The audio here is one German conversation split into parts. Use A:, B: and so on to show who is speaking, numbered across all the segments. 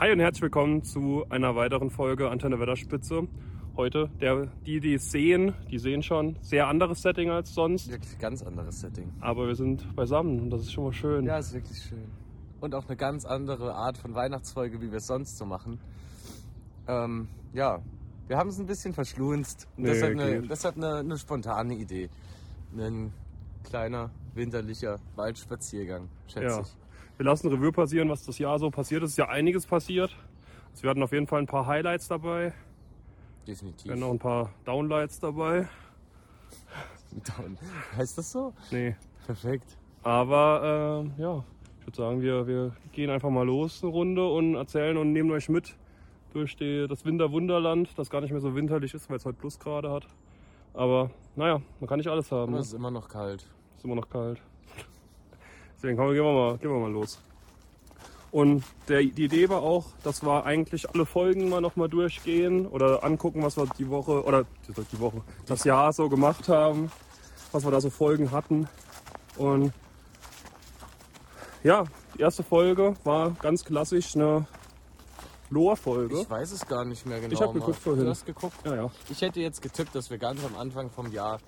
A: Hi und herzlich willkommen zu einer weiteren Folge Antenne Wetterspitze. Heute, der, die, die es sehen, die sehen schon, sehr anderes Setting als sonst.
B: Wirklich ein ganz anderes Setting.
A: Aber wir sind beisammen und das ist schon mal schön.
B: Ja, ist wirklich schön. Und auch eine ganz andere Art von Weihnachtsfolge, wie wir es sonst so machen. Ähm, ja, wir haben es ein bisschen verschlunzt. Und
A: Nee,
B: deshalb eine,
A: geht.
B: deshalb eine, eine spontane Idee. Ein kleiner winterlicher Waldspaziergang, schätze
A: Ja.
B: ich.
A: Wir lassen Revue passieren, was das Jahr so passiert ist. Es ist ja einiges passiert. Also wir hatten auf jeden Fall ein paar Highlights dabei,
B: Definitiv.
A: wir hatten auch ein paar Downlights dabei.
B: Down. Heißt das so?
A: Nee.
B: Perfekt.
A: Aber ähm, ja, ich würde sagen, wir, wir gehen einfach mal los eine Runde und erzählen und nehmen euch mit durch die, das Winterwunderland, das gar nicht mehr so winterlich ist, weil es heute Plusgrade hat. Aber naja, man kann nicht alles haben.
B: Aber
A: ne?
B: es ist immer noch kalt.
A: Ist immer noch kalt. Deswegen komm, gehen, wir mal, gehen wir mal los. Und der, die Idee war auch, dass wir eigentlich alle Folgen mal nochmal durchgehen oder angucken, was wir die Woche oder die Woche, das Jahr so gemacht haben, was wir da so Folgen hatten. Und ja, die erste Folge war ganz klassisch eine Lore-Folge.
B: Ich weiß es gar nicht mehr genau.
A: Ich hab
B: Marc.
A: geguckt vorhin.
B: Du hast geguckt?
A: Ja, ja.
B: Ich hätte jetzt getippt, dass wir ganz am Anfang vom Jahr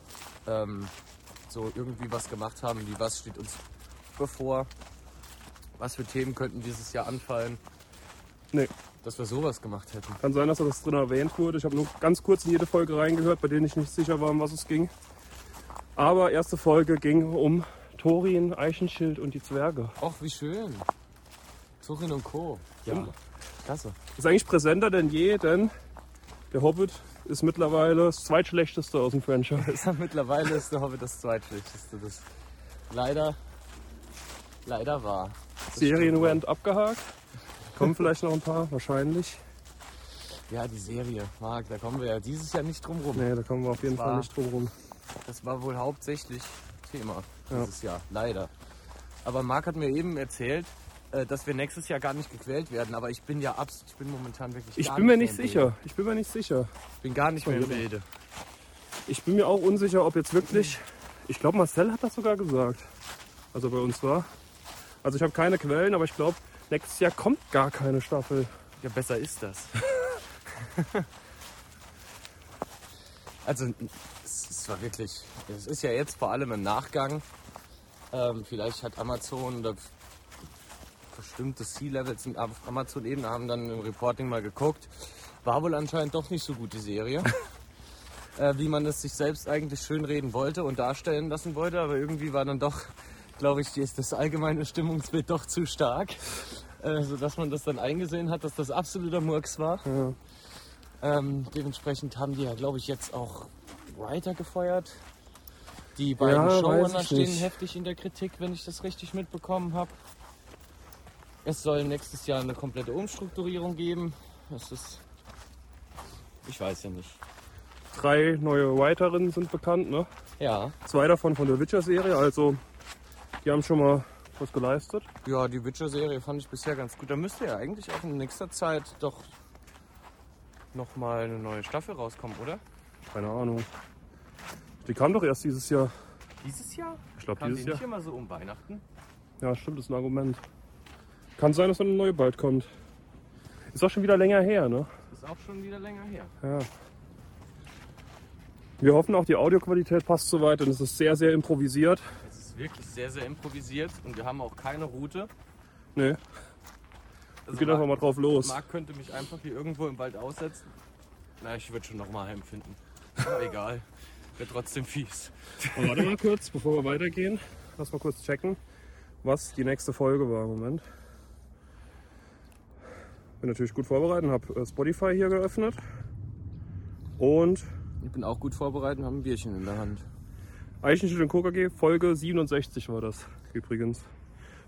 B: ähm, so irgendwie was gemacht haben, wie was steht uns bevor, was für Themen könnten dieses Jahr anfallen,
A: Nee.
B: dass wir sowas gemacht hätten.
A: Kann sein, dass das drin erwähnt wurde. Ich habe nur ganz kurz in jede Folge reingehört, bei denen ich nicht sicher war, um was es ging. Aber erste Folge ging um Thorin, Eichenschild und die Zwerge.
B: Och, wie schön. Turin und Co.
A: Ja.
B: Klasse.
A: Ist eigentlich präsenter denn je, denn der Hobbit ist mittlerweile das zweitschlechteste aus dem Franchise.
B: Mittlerweile ist der Hobbit das zweitschlechteste. Das leider, leider war.
A: Serienrand abgehakt. Kommen vielleicht noch ein paar, wahrscheinlich.
B: Ja, die Serie. Marc, da kommen wir ja dieses Jahr nicht drum rum.
A: Nee, da kommen wir auf jeden
B: War-
A: Fall nicht drum rum.
B: Das war wohl hauptsächlich Thema dieses Jahr, leider. Aber Marc hat mir eben erzählt, äh, dass wir nächstes Jahr gar nicht gequält werden. Aber ich bin ja abs ich bin momentan wirklich.
A: Ich
B: gar
A: bin mir nicht
B: mehr im
A: sicher. Ich bin mir nicht sicher.
B: Bilde. Ich bin gar nicht mehr im Bilde.
A: Ich bin mir auch unsicher, ob jetzt wirklich. Ich glaube, Marcel hat das sogar gesagt. Also bei uns war. Also ich habe keine Quellen, aber ich glaube, nächstes Jahr kommt gar keine Staffel.
B: Ja, besser ist das. also, es, es war wirklich. Es ist ja jetzt vor allem im Nachgang. Ähm, vielleicht hat Amazon oder bestimmte Sea-Levels in- auf Amazon-Ebene haben dann im Reporting mal geguckt. War wohl anscheinend doch nicht so gut, die Serie. äh, wie man es sich selbst eigentlich schön reden wollte und darstellen lassen wollte, aber irgendwie war dann doch, glaube ich, die- ist das allgemeine Stimmungsbild doch zu stark, äh, sodass man das dann eingesehen hat, dass das absoluter Murks war. Ähm, dementsprechend haben die ja, glaube ich, jetzt auch Writer gefeuert. Die beiden
A: weiß
B: Showrunner
A: ich
B: stehen
A: nicht.
B: heftig in der Kritik, wenn ich das richtig mitbekommen habe. Es soll nächstes Jahr eine komplette Umstrukturierung geben. Das ist. Ich weiß ja nicht.
A: Drei neue Writerinnen sind bekannt, ne?
B: Ja.
A: Zwei davon von der Witcher-Serie, also die haben schon mal was geleistet.
B: Ja, die Witcher-Serie fand ich bisher ganz gut. Da müsste ja eigentlich auch in nächster Zeit doch nochmal eine neue Staffel rauskommen, oder?
A: Keine Ahnung. Die kam doch erst dieses Jahr.
B: Dieses Jahr?
A: Ich glaube
B: Kam die
A: dieses
B: nicht
A: Jahr.
B: immer so um Weihnachten?
A: Ja, stimmt, ist ein Argument. Kann sein, dass eine neue bald kommt. Ist auch schon wieder länger her, ne?
B: Ist auch schon wieder länger her.
A: Ja. Wir hoffen auch, die Audioqualität passt soweit und es ist sehr, sehr improvisiert.
B: Es ist wirklich sehr, sehr improvisiert und wir haben auch keine Route.
A: Nee,
B: Also
A: geht einfach mal drauf los.
B: Marc könnte mich einfach hier irgendwo im Wald aussetzen. Na, ich würde schon nochmal empfinden. Aber egal. Wäre trotzdem fies.
A: Aber warte mal kurz, bevor wir weitergehen, lass mal kurz checken, was die nächste Folge war. Moment. Bin natürlich gut vorbereitet, habe Spotify hier geöffnet und
B: Ich bin auch gut vorbereitet und habe ein Bierchen in der Hand.
A: Eichenschild und KKG, Folge 67 war das übrigens.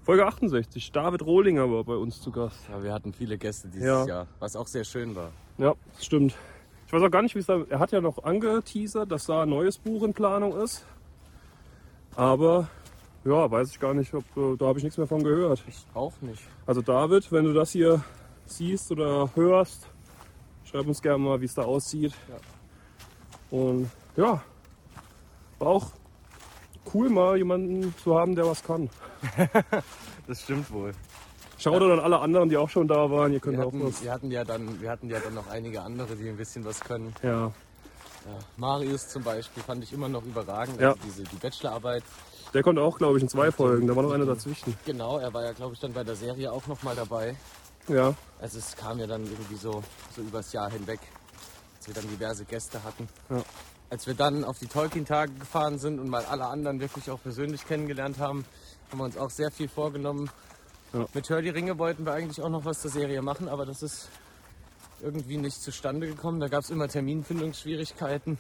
A: Folge 68, David Rohlinger war bei uns zu Gast.
B: Ja, wir hatten viele Gäste dieses
A: Ja.
B: Jahr, was auch sehr schön war.
A: Ja, das stimmt. Ich weiß auch gar nicht, wie es da. Er hat ja noch angeteasert, dass da ein neues Buch in Planung ist. Aber ja, weiß ich gar nicht, ob, äh, da habe ich nichts mehr von gehört.
B: Ich auch nicht.
A: Also David, wenn du das hier siehst oder hörst, schreib uns gerne mal, wie es da aussieht. Und ja, war auch cool mal jemanden zu haben, der was kann.
B: Das stimmt wohl.
A: Shoutout an alle anderen, die auch schon da waren. Ihr könnt
B: Wir
A: auch
B: hatten,
A: was.
B: wir, hatten ja dann, wir hatten ja dann noch einige andere, die ein bisschen was können.
A: Ja,
B: Marius zum Beispiel fand ich immer noch überragend.
A: Ja.
B: Also diese, die Bachelorarbeit.
A: der kommt auch, glaube ich, in zwei Folgen. Da war noch einer dazwischen.
B: Genau, er war ja, glaube ich, dann bei der Serie auch nochmal dabei.
A: Ja,
B: Also es kam ja dann irgendwie so, so übers Jahr hinweg, als wir dann diverse Gäste hatten.
A: Ja.
B: Als wir dann auf die Tolkien-Tage gefahren sind und mal alle anderen wirklich auch persönlich kennengelernt haben, haben wir uns auch sehr viel vorgenommen.
A: Ja.
B: Mit Hör die Ringe wollten wir eigentlich auch noch was zur Serie machen, aber das ist irgendwie nicht zustande gekommen. Da gab es immer Terminfindungsschwierigkeiten.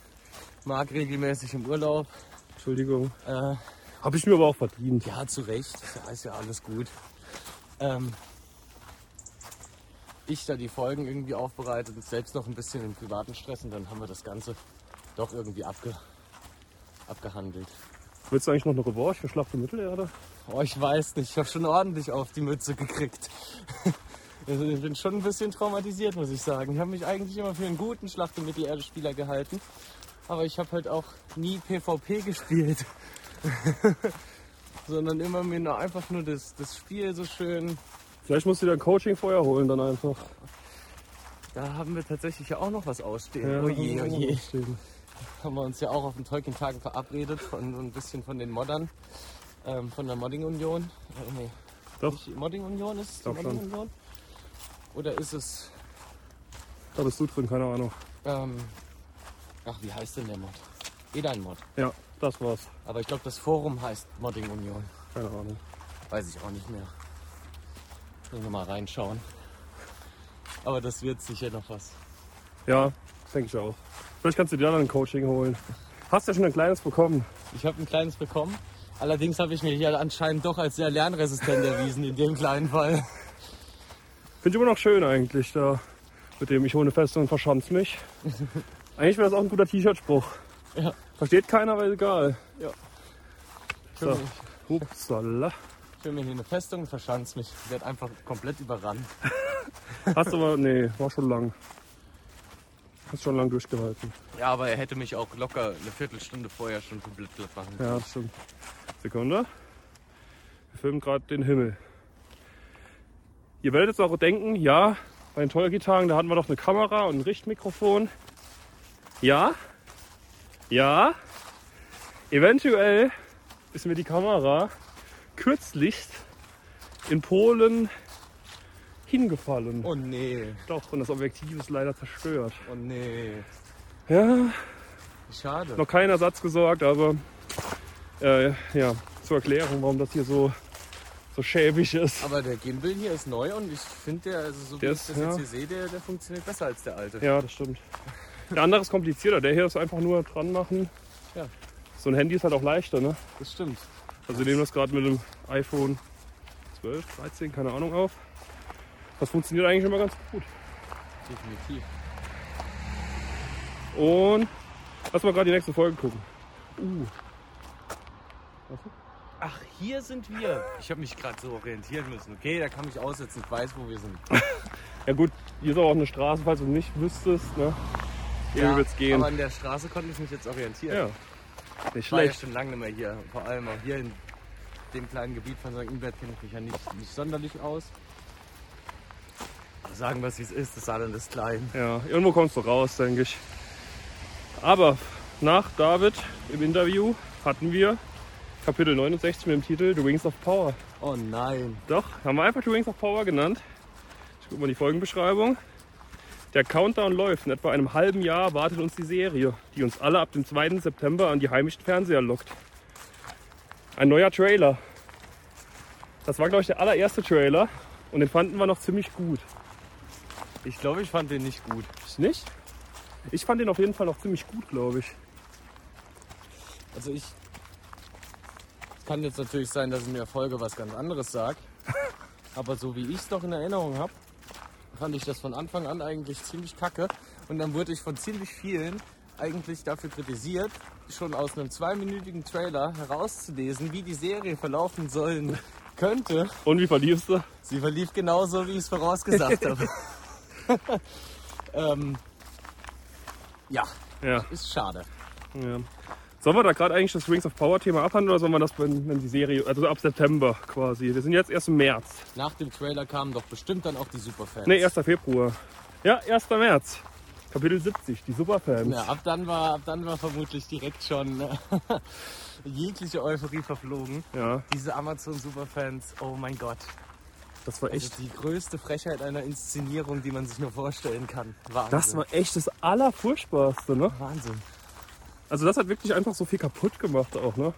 B: Marc regelmäßig im Urlaub.
A: Entschuldigung.
B: Äh,
A: Habe ich mir aber auch verdient.
B: ja, zu Recht. Ist ja- Ist ja alles gut. Ähm, ich da die Folgen irgendwie aufbereitet und selbst noch ein bisschen im privaten Stress und dann haben wir das Ganze doch irgendwie abge abgehandelt.
A: Willst du eigentlich noch eine Revanche für Schlacht um Mittelerde?
B: Oh, ich weiß nicht, ich habe schon ordentlich auf die Mütze gekriegt. Also ich bin schon ein bisschen traumatisiert, muss ich sagen. Ich habe mich eigentlich immer für einen guten Schlacht- und Mittelerde-Spieler gehalten, aber ich habe halt auch nie PvP gespielt. Sondern immer mir nur einfach nur das, das Spiel so schön.
A: Vielleicht musst du dir ein Coaching vorher holen, dann einfach.
B: Da haben wir tatsächlich ja auch noch was ausstehen.
A: Ja,
B: oh je, oh je.
A: stehen.
B: Haben wir uns ja auch auf den Tolkien-Tagen verabredet, von so ein bisschen von den Moddern, ähm, von der Modding-Union. Äh, nee,
A: Doch,
B: Nicht die Modding-Union ist es die
A: Doch schon.
B: Modding-Union? Oder ist es.
A: da bist du drin, keine Ahnung.
B: Ähm, ach, wie heißt denn der Mod? Edan-Mod.
A: Ja, das war's.
B: Aber ich glaube, das Forum heißt Modding-Union.
A: Keine Ahnung.
B: Weiß ich auch nicht mehr. Müssen wir mal reinschauen. Aber das wird sicher noch was.
A: Ja, denke ich auch. Vielleicht kannst du dir dann ein Coaching holen. Hast ja schon ein kleines bekommen.
B: Ich habe ein kleines bekommen. Allerdings habe ich mich ja anscheinend doch als sehr lernresistent erwiesen in dem kleinen Fall.
A: Finde ich immer noch schön eigentlich, da mit dem ich hole eine Feste und verschanz mich. Eigentlich wäre das auch ein guter T-Shirt-Spruch.
B: Ja.
A: Versteht keiner, aber egal.
B: Ich
A: So.
B: hole mir-
A: Upsala.
B: ich hole mir hier eine Festung, verschanz mich, werde einfach komplett überrannt.
A: Hast du aber, nee, war schon lang. Hast schon lang durchgehalten.
B: Ja, aber er hätte mich auch locker eine Viertelstunde vorher schon komplett platt machen
A: Ja, das stimmt. Sekunde. Wir filmen gerade den Himmel. Ihr werdet jetzt auch denken, ja, bei den Tolkien-Tagen, da hatten wir doch eine Kamera und ein Richtmikrofon. Ja, ja, eventuell ist mir die Kamera kürzlich in Polen hingefallen.
B: Oh nee,
A: Doch, und das Objektiv ist leider zerstört.
B: oh nee.
A: Ja,
B: Schade.
A: noch kein Ersatz gesorgt, aber äh, ja, zur Erklärung, warum das hier so, so schäbig ist.
B: Aber der Gimbal hier ist neu und ich finde der, also so wie
A: Der
B: ich
A: ist,
B: das
A: ja.
B: jetzt hier sehe, der, der funktioniert besser als der alte.
A: Ja, das stimmt. Der andere ist komplizierter, der hier ist einfach nur dran machen.
B: Ja.
A: So ein Handy ist halt auch leichter, ne?
B: Das stimmt.
A: Also wir nehmen das gerade mit dem iPhone 12, 13, keine Ahnung auf. Das funktioniert eigentlich immer ganz gut.
B: Definitiv.
A: Und lass mal gerade die nächste Folge gucken. Uh,
B: Ach, hier sind wir. Ich habe mich gerade so orientieren müssen. Okay, da kann mich aussetzen. Ich weiß, wo wir sind.
A: ja gut, hier ist aber auch eine Straße, falls du nicht wüsstest, ne? Hier wird's gehen.
B: Aber an der Straße konnte ich mich jetzt orientieren.
A: Ja. Nicht
B: Ich war ja
A: schlecht.
B: schon lange nicht mehr hier. Vor allem auch hier in dem kleinen Gebiet von St. Ingbert kenne ich mich ja nicht, nicht sonderlich aus. Aber Sagen wir es, wie es ist, das Saarland ist klein.
A: Ja, irgendwo kommst du raus, denke ich. Aber nach David im Interview hatten wir Kapitel 69 mit dem Titel The Wings of Power.
B: Oh nein.
A: Doch, haben wir einfach The Wings of Power genannt. Ich gucke mal die Folgenbeschreibung. Der Countdown läuft. In etwa einem halben Jahr wartet uns die Serie, die uns alle ab dem 2. September an die heimischen Fernseher lockt. Ein neuer Trailer. Das war, glaube ich, der allererste Trailer und den fanden wir noch ziemlich gut.
B: Ich glaube, ich fand den nicht gut.
A: Ich nicht? Ich fand den auf jeden Fall noch ziemlich gut, glaube ich.
B: Also ich. Es kann jetzt natürlich sein, dass in der Folge was ganz anderes sagt. Aber so wie ich es noch in Erinnerung habe, fand ich das von Anfang an eigentlich ziemlich kacke. Und dann wurde ich von ziemlich vielen eigentlich dafür kritisiert, schon aus einem zweiminütigen Trailer herauszulesen, wie die Serie verlaufen sollen könnte.
A: Und wie verliebst du?
B: Sie verlief genauso, wie ich es vorausgesagt habe. ähm, ja,
A: Ja.
B: ist schade.
A: ja. Sollen wir da gerade eigentlich das Rings of Power Thema abhandeln oder sollen wir das, wenn, wenn die Serie, also ab September quasi? Wir sind jetzt erst im März.
B: Nach dem Trailer kamen doch bestimmt dann auch die Superfans.
A: Ne, 1. Februar. Ja, 1. März. Kapitel 70, die Superfans.
B: Ja, ab dann war, ab dann war vermutlich direkt schon äh, jegliche Euphorie verflogen.
A: Ja,
B: Diese Amazon Superfans, oh mein Gott.
A: das war echt.
B: Also die größte Frechheit einer Inszenierung, die man sich nur vorstellen kann. Wahnsinn.
A: Das war echt das Allerfurchtbarste, ne?
B: Wahnsinn.
A: Also das hat wirklich einfach so viel kaputt gemacht auch, ne?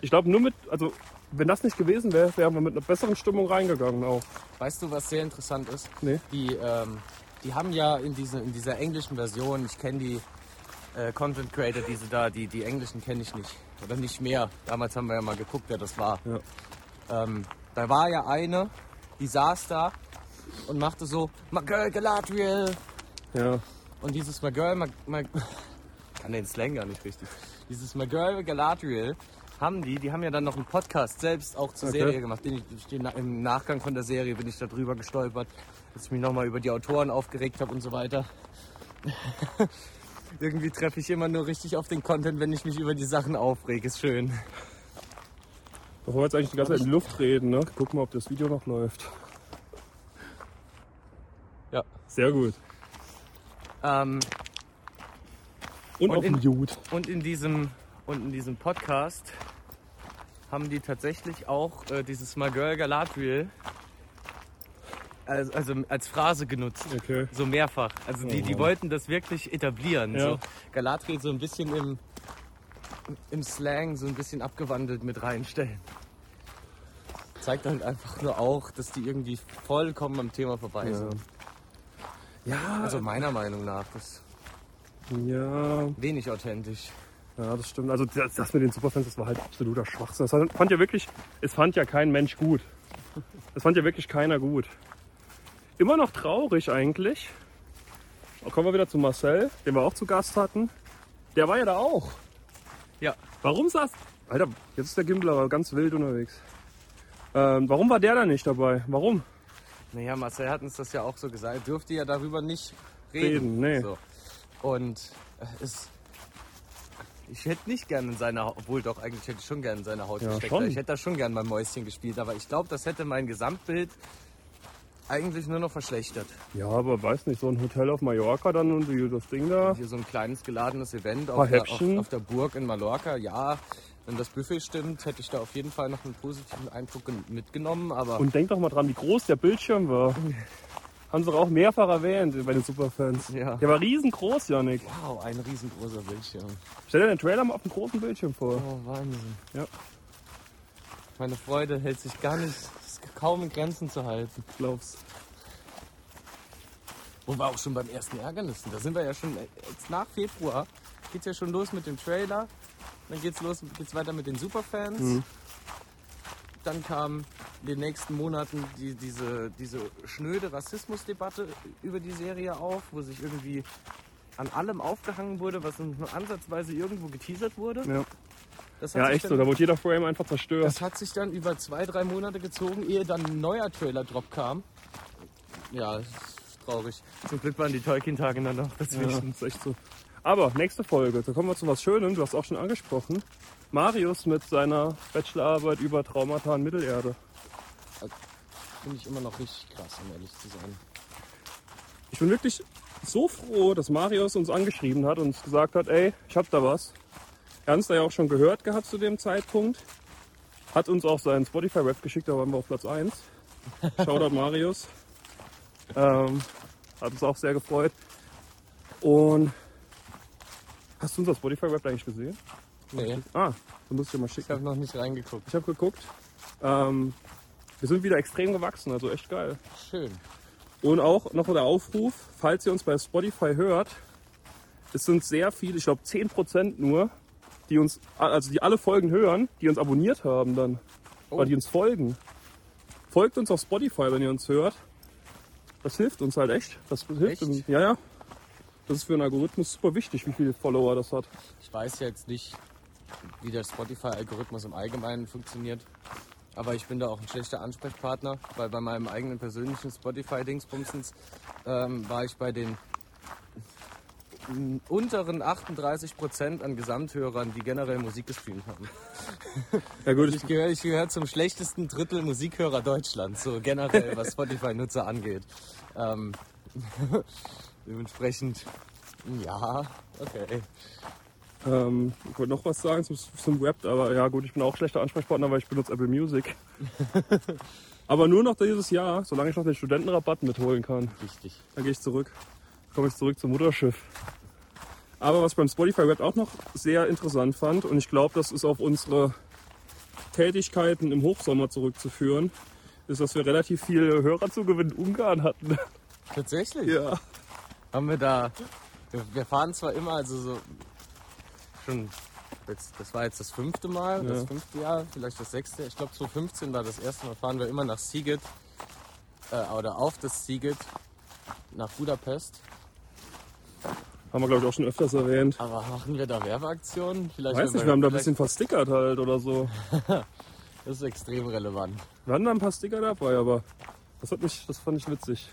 A: Ich glaube nur mit, also wenn das nicht gewesen wäre, wären wir mit einer besseren Stimmung reingegangen auch.
B: Weißt du, was sehr interessant ist?
A: Nee.
B: Die, ähm, die haben ja in, diese, in dieser englischen Version, ich kenne die äh, Content Creator, diese da, die, die englischen kenne ich nicht. Oder nicht mehr. Damals haben wir ja mal geguckt, wer das war.
A: Ja.
B: Ähm, da war ja eine, die saß da und machte so, My Girl Galadriel.
A: Ja.
B: Und dieses My Girl, my, my, kann den Slang gar nicht richtig. Dieses My Girl Galadriel haben die, die haben ja dann noch einen Podcast selbst auch zur
A: Okay.
B: Serie gemacht. Den ich, ich, den, Im Nachgang von der Serie bin ich da drüber gestolpert, dass ich mich nochmal über die Autoren aufgeregt habe und so weiter. Irgendwie treffe ich immer nur richtig auf den Content, wenn ich mich über die Sachen aufrege. Ist schön.
A: Bevor wir jetzt eigentlich die ganze Zeit in die Luft reden, ne? Guck mal, ob das Video noch läuft.
B: Ja.
A: Sehr gut.
B: Ähm,
A: Und,
B: Und
A: auf
B: in-
A: dem Jud.
B: Und in diesem, und in diesem Podcast haben die tatsächlich auch äh, dieses My Girl Galadriel als, also als Phrase genutzt.
A: Okay.
B: So mehrfach. Also die, die wollten das wirklich etablieren.
A: Mhm. Ja.
B: So Galadriel so ein bisschen im, im Slang so ein bisschen abgewandelt mit reinstellen. Zeigt halt einfach nur auch, dass die irgendwie vollkommen am Thema vorbei
A: Ja.
B: sind.
A: Ja,
B: Also meiner Meinung nach. Das ist
A: ja,
B: wenig authentisch.
A: ja, das stimmt. Also das, das mit den Superfans, das war halt absoluter Schwachsinn. Das fand- fand ja wirklich, es fand ja kein Mensch gut. Das fand ja wirklich keiner gut. Immer noch traurig eigentlich. Da kommen wir wieder zu Marcel, den wir auch zu Gast hatten. Der war ja da auch.
B: Ja.
A: Warum saß... Alter, jetzt ist der Gimbler aber ganz wild unterwegs. Ähm, warum war der da nicht dabei? Warum?
B: Naja, Marcel hat uns das ja auch so gesagt. Er durfte ja darüber nicht reden.
A: Reden, nee.
B: so. Und äh, es, ich hätte nicht gern in seiner Haut, obwohl doch eigentlich hätte ich schon gern in seiner Haut
A: Ja,
B: gesteckt.
A: schon.
B: Ich hätte da schon gern mein Mäuschen gespielt, aber ich glaube, das hätte mein Gesamtbild eigentlich nur noch verschlechtert.
A: Ja, aber weiß nicht, so ein Hotel auf Mallorca dann und die- das Ding da.
B: Hier so ein kleines geladenes Event
A: Paar
B: auf der, auf,
A: Häppchen.
B: auf der Burg in Mallorca. Ja, wenn das Buffet stimmt, hätte ich da auf jeden Fall noch einen positiven Eindruck gen- mitgenommen. Aber
A: Und denk doch mal dran, wie groß der Bildschirm war. Haben sie doch auch mehrfach erwähnt bei den Superfans.
B: Ja.
A: Der war riesengroß, Janik.
B: wow, ein riesengroßer Bildschirm.
A: Stell dir den Trailer mal auf dem großen Bildschirm vor.
B: Oh, Wahnsinn.
A: Ja.
B: Meine Freude hält sich gar nicht, ist kaum in Grenzen zu halten.
A: Glaub's.
B: Wo wir auch schon beim ersten Ärgernis sind. Da sind wir ja schon, äh, jetzt nach Februar geht's ja schon los mit dem Trailer. Dann geht's los, geht's weiter mit den Superfans.
A: Mhm.
B: Dann kam in den nächsten Monaten die, diese, diese schnöde Rassismusdebatte über die Serie auf, wo sich irgendwie an allem aufgehangen wurde, was nur ansatzweise irgendwo geteasert wurde.
A: Ja,
B: Das hat
A: ja
B: sich
A: echt
B: dann-
A: so. Da wurde jeder Frame einfach zerstört.
B: Das hat sich dann über zwei, drei Monate gezogen, ehe dann ein neuer Trailer-Drop kam. Ja, es ist traurig. Zum Glück waren die Tolkien-Tage dann noch
A: ja,
B: dazwischen.
A: ist echt so. Aber nächste Folge, da kommen wir zu was Schönem. Du hast auch schon angesprochen. Marius mit seiner Bachelorarbeit über Traumata in Mittelerde.
B: Finde ich immer noch richtig krass, um ehrlich zu sein.
A: Ich bin wirklich so froh, dass Marius uns angeschrieben hat und uns gesagt hat, ey, ich hab da was. Ernst hat ja auch schon gehört gehabt zu dem Zeitpunkt. Hat uns auch seinen Spotify-Rap geschickt, da waren wir auf Platz 1. Shoutout Marius. Ähm, hat uns auch sehr gefreut. Und hast du unser Spotify-Rap eigentlich gesehen?
B: Nee,
A: Ah, du musst dir mal
B: ich habe
A: schicken.
B: noch nicht reingeguckt.
A: Ich habe geguckt. Ähm, wir sind wieder extrem gewachsen, also echt geil.
B: Schön.
A: Und auch noch der Aufruf, falls ihr uns bei Spotify hört, es sind sehr viele, ich glaube 10% nur, die uns, also die alle Folgen hören, die uns abonniert haben dann. Oder die uns folgen. Folgt uns auf Spotify, wenn ihr uns hört. Das hilft uns halt echt. Das hilft
B: Echt?
A: uns. Ja, ja. Das ist für einen Algorithmus super wichtig, wie viele Follower das hat.
B: Ich weiß jetzt nicht, wie der Spotify-Algorithmus im Allgemeinen funktioniert. Aber ich bin da auch ein schlechter Ansprechpartner, weil bei meinem eigenen persönlichen Spotify-Dingsbumsens ähm, war ich bei den m, unteren 38% an Gesamthörern, die generell Musik gestreamt haben.
A: Ja gut, ich,
B: Ich gehöre ich gehör zum schlechtesten Drittel Musikhörer Deutschlands, so generell, was Spotify-Nutzer angeht. Ähm, dementsprechend, ja, okay.
A: ähm, ich wollte noch was sagen zum, zum Web, aber ja gut, ich bin auch schlechter Ansprechpartner, weil ich benutze Apple Music. aber nur noch dieses Jahr, solange ich noch den Studentenrabatt mitholen kann.
B: Richtig.
A: Dann gehe ich zurück. Dann komme ich zurück zum Mutterschiff. Aber was ich beim Spotify Web auch noch sehr interessant fand, und ich glaube, das ist auf unsere Tätigkeiten im Hochsommer zurückzuführen, ist, dass wir relativ viele Hörer zu gewinnen Ungarn hatten.
B: Tatsächlich?
A: Ja.
B: Haben wir da. Wir, wir fahren zwar immer, also so. Schon. Jetzt, das war jetzt das fünfte Mal,
A: Ja.
B: das fünfte Jahr, vielleicht das sechste. Ich glaube, 2015 war das erste Mal, fahren wir immer nach Siget. Äh, oder auf das Siget. Nach Budapest.
A: Haben wir, glaube ich, auch schon öfters erwähnt.
B: Aber machen wir da Werbeaktionen? Vielleicht
A: Weiß
B: wenn
A: nicht, wir haben da ein
B: vielleicht-
A: bisschen verstickert halt oder so.
B: Das ist extrem relevant.
A: Wir hatten da ein paar Sticker dabei, aber das hat mich, das fand ich witzig.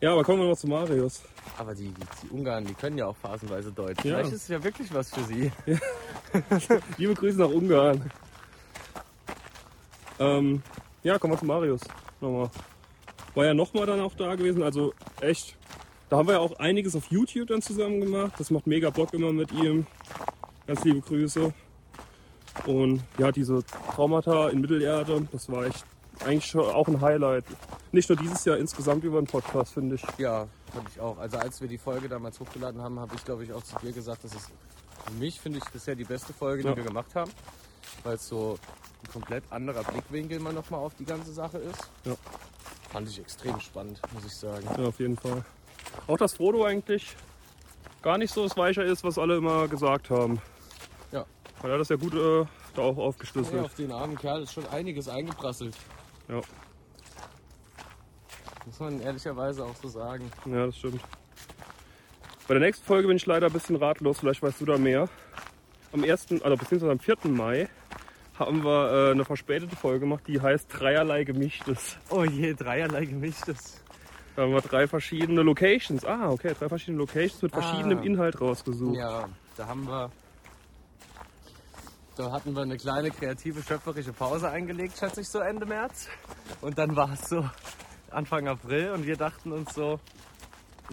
A: Ja, aber kommen wir noch zu Marius.
B: Aber die, die Ungarn, die können ja auch phasenweise Deutsch.
A: Ja.
B: Vielleicht ist es ja wirklich was für sie.
A: Liebe Grüße nach Ungarn. Ähm, ja, kommen wir zu Marius. Nochmal. War ja nochmal dann auch da gewesen, also echt. Da haben wir ja auch einiges auf YouTube dann zusammen gemacht. Das macht mega Bock immer mit ihm. Ganz liebe Grüße. Und ja, diese Traumata in Mittelerde, das war echt eigentlich schon auch ein Highlight. Nicht nur dieses Jahr, insgesamt über den Podcast, finde ich.
B: Ja, fand ich auch. Also als wir die Folge damals hochgeladen haben, habe ich glaube ich auch zu dir gesagt, das ist für mich finde ich bisher die beste Folge, die
A: Ja.
B: wir gemacht haben, weil es so ein komplett anderer Blickwinkel mal nochmal auf die ganze Sache ist.
A: Ja.
B: Fand ich extrem spannend, muss ich sagen.
A: Ja, auf jeden Fall. Auch dass Frodo eigentlich gar nicht so das Weicher ist, was alle immer gesagt haben.
B: Ja.
A: Weil er hat das ja gut äh, da auch
B: Hey,
A: aufgeschlüsselt.
B: auf den armen Kerl ist schon einiges eingeprasselt.
A: Ja.
B: Muss man ehrlicherweise auch so sagen.
A: ja. das stimmt. Bei der nächsten Folge bin ich leider ein bisschen ratlos, vielleicht weißt du da mehr. Am 1., also beziehungsweise am 4. Mai haben wir äh, eine verspätete Folge gemacht, die heißt Dreierlei gemischtes.
B: Oh je, dreierlei gemischtes.
A: Da haben wir drei verschiedene Locations. Ah, okay, drei verschiedene Locations mit verschiedenem
B: Ah.
A: Inhalt rausgesucht.
B: Ja, da haben wir. Da hatten wir eine kleine kreative, schöpferische Pause eingelegt, schätze ich so Ende März. Und dann war es so Anfang April und wir dachten uns so,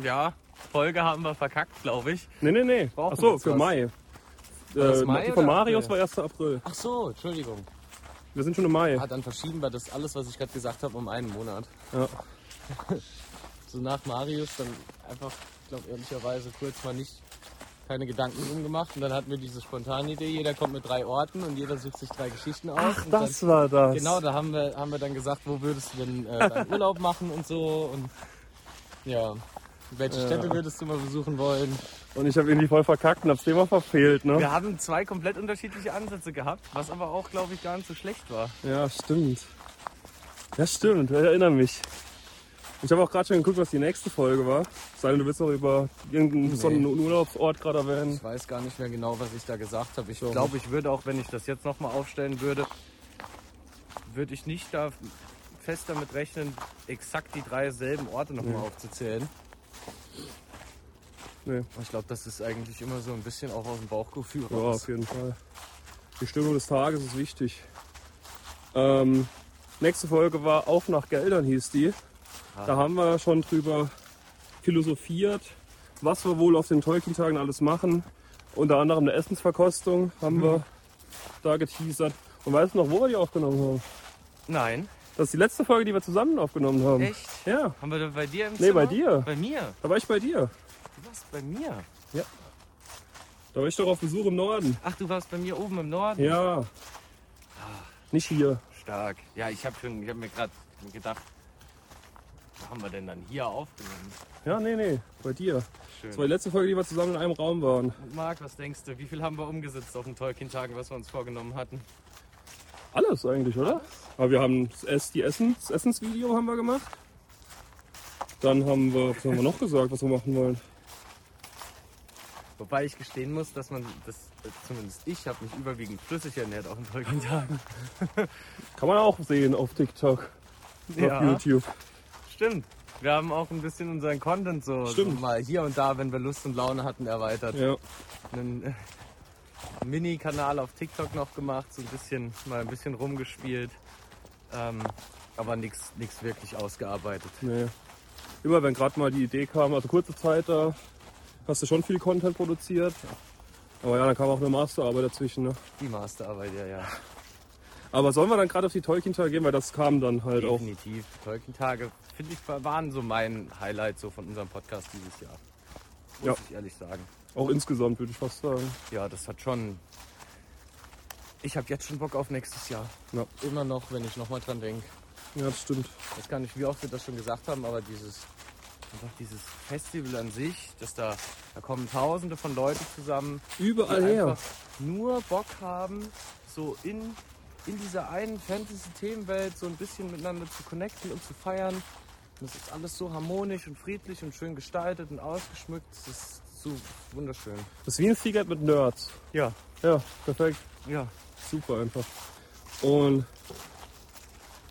B: ja, Folge haben wir verkackt, glaube ich.
A: Nee, nee, nee.
B: Brauchen wir
A: Achso,
B: jetzt
A: für
B: was?
A: Mai.
B: das
A: Äh,
B: Mai
A: die von
B: oder
A: Marius
B: April?
A: war 1. April.
B: Ach so, Entschuldigung.
A: Wir sind schon im Mai.
B: Ah, dann verschieben wir das alles, was ich gerade gesagt habe, um einen Monat.
A: Ja.
B: So nach Marius dann einfach, ich glaube ehrlicherweise kurz mal nicht keine Gedanken drum gemacht und dann hatten wir diese spontane Idee, jeder kommt mit drei Orten und jeder sucht sich drei Geschichten aus. und dann-
A: war das.
B: Genau, da haben wir, haben wir dann gesagt, wo würdest du denn äh, deinen Urlaub machen und so. Und ja, welche Städte würdest du mal besuchen wollen?
A: Und ich habe irgendwie voll verkackt und hab's Thema verfehlt, ne?
B: Wir haben zwei komplett unterschiedliche Ansätze gehabt, was aber auch, glaube ich, gar nicht so schlecht war.
A: Ja, stimmt. Ja, stimmt. Ich erinnere mich. Ich habe auch gerade schon geguckt, was die nächste Folge war. Sei denn, du willst noch über irgendeinen besonderen Urlaubsort gerade erwähnen.
B: Ich weiß gar nicht mehr genau, was ich da gesagt habe. Ich
A: So.
B: glaube, ich würde auch, wenn ich das jetzt nochmal aufstellen würde, würde ich nicht da fest damit rechnen, exakt die drei selben Orte nochmal aufzuzählen.
A: Nee,
B: Ich glaube, das ist eigentlich immer so ein bisschen auch aus dem Bauchgefühl
A: ja,
B: raus.
A: auf jeden Fall. Die Stimmung des Tages ist wichtig. Ähm, nächste Folge war Auf nach Geldern hieß die. Da haben wir schon drüber philosophiert, was wir wohl auf den Tolkien-Tagen alles machen. Unter anderem eine Essensverkostung haben wir da geteasert. Und weißt du noch, wo wir die aufgenommen haben?
C: Nein.
A: Das ist die letzte Folge, die wir zusammen aufgenommen haben.
C: Echt?
A: Ja,
C: Haben wir da bei dir im
A: Hm. Nee,
C: Zimmer?
A: bei dir.
C: Bei mir.
A: da war ich bei dir.
C: Du warst bei mir.
A: Da war ich doch auf Besuch im Norden.
C: Ach, du warst bei mir oben im Norden.
A: Ja. Nicht hier.
C: Stark. Ja, ich habe schon, ich habe mir gerade gedacht, wo haben wir denn dann hier aufgenommen?
A: Ja, nee, nee, bei dir. Das war
C: Schön.
A: die letzte Folge, die wir zusammen in einem Raum waren.
C: Und Marc, was denkst du? Wie viel haben wir umgesetzt auf den Tolkien-Tagen, was wir uns vorgenommen hatten?
A: Alles eigentlich, oder? Aber wir haben das, Ess, die Essen, das Essensvideo haben wir gemacht. Dann haben wir, was haben wir noch gesagt, was wir machen wollen?
C: Wobei ich gestehen muss, dass man das, äh, zumindest ich, habe mich überwiegend flüssig ernährt auf den Tolkien-Tagen.
A: Kann man auch sehen auf TikTok, auf YouTube.
C: stimmt.
B: Wir haben auch ein bisschen unseren Content so, so
A: Stimmt.
B: mal hier und da, wenn wir Lust und Laune hatten, erweitert.
A: Ja.
B: Einen äh, Mini-Kanal auf TikTok noch gemacht, so ein bisschen, mal ein bisschen rumgespielt. Ähm, aber nichts wirklich ausgearbeitet.
A: Nee. Immer wenn gerade mal die Idee kam, also kurze Zeit, da hast du schon viel Content produziert. Aber ja, dann kam auch eine Masterarbeit dazwischen. Ne?
B: Die Masterarbeit, ja, ja.
A: Aber sollen wir dann gerade auf die Tolkien-Tage gehen, weil das kam dann halt auch.
B: Definitiv. Die Tolkien-Tage, finde ich, waren so mein Highlight so von unserem Podcast dieses Jahr. Muss
A: Ja.
B: ich ehrlich sagen.
A: Auch insgesamt, würde ich fast sagen.
B: Ja, das hat schon. Ich habe jetzt schon Bock auf nächstes Jahr.
A: Ja,
D: Immer noch, wenn ich nochmal dran denke.
A: ja das stimmt.
D: Ich weiß gar nicht, wie oft wir das schon gesagt haben, aber dieses,
B: Einfach dieses Festival an sich, dass da, da kommen tausende von Leuten zusammen, die
A: Überall her.
B: einfach nur Bock haben, so in, in dieser einen Fantasy-Themenwelt so ein bisschen miteinander zu connecten und zu feiern. Und das ist alles so harmonisch und friedlich und schön gestaltet und ausgeschmückt. Das ist so wunderschön.
A: Das ist wie ein Secret mit Nerds.
B: Ja,
A: Ja, perfekt.
B: ja.
A: Super einfach. Und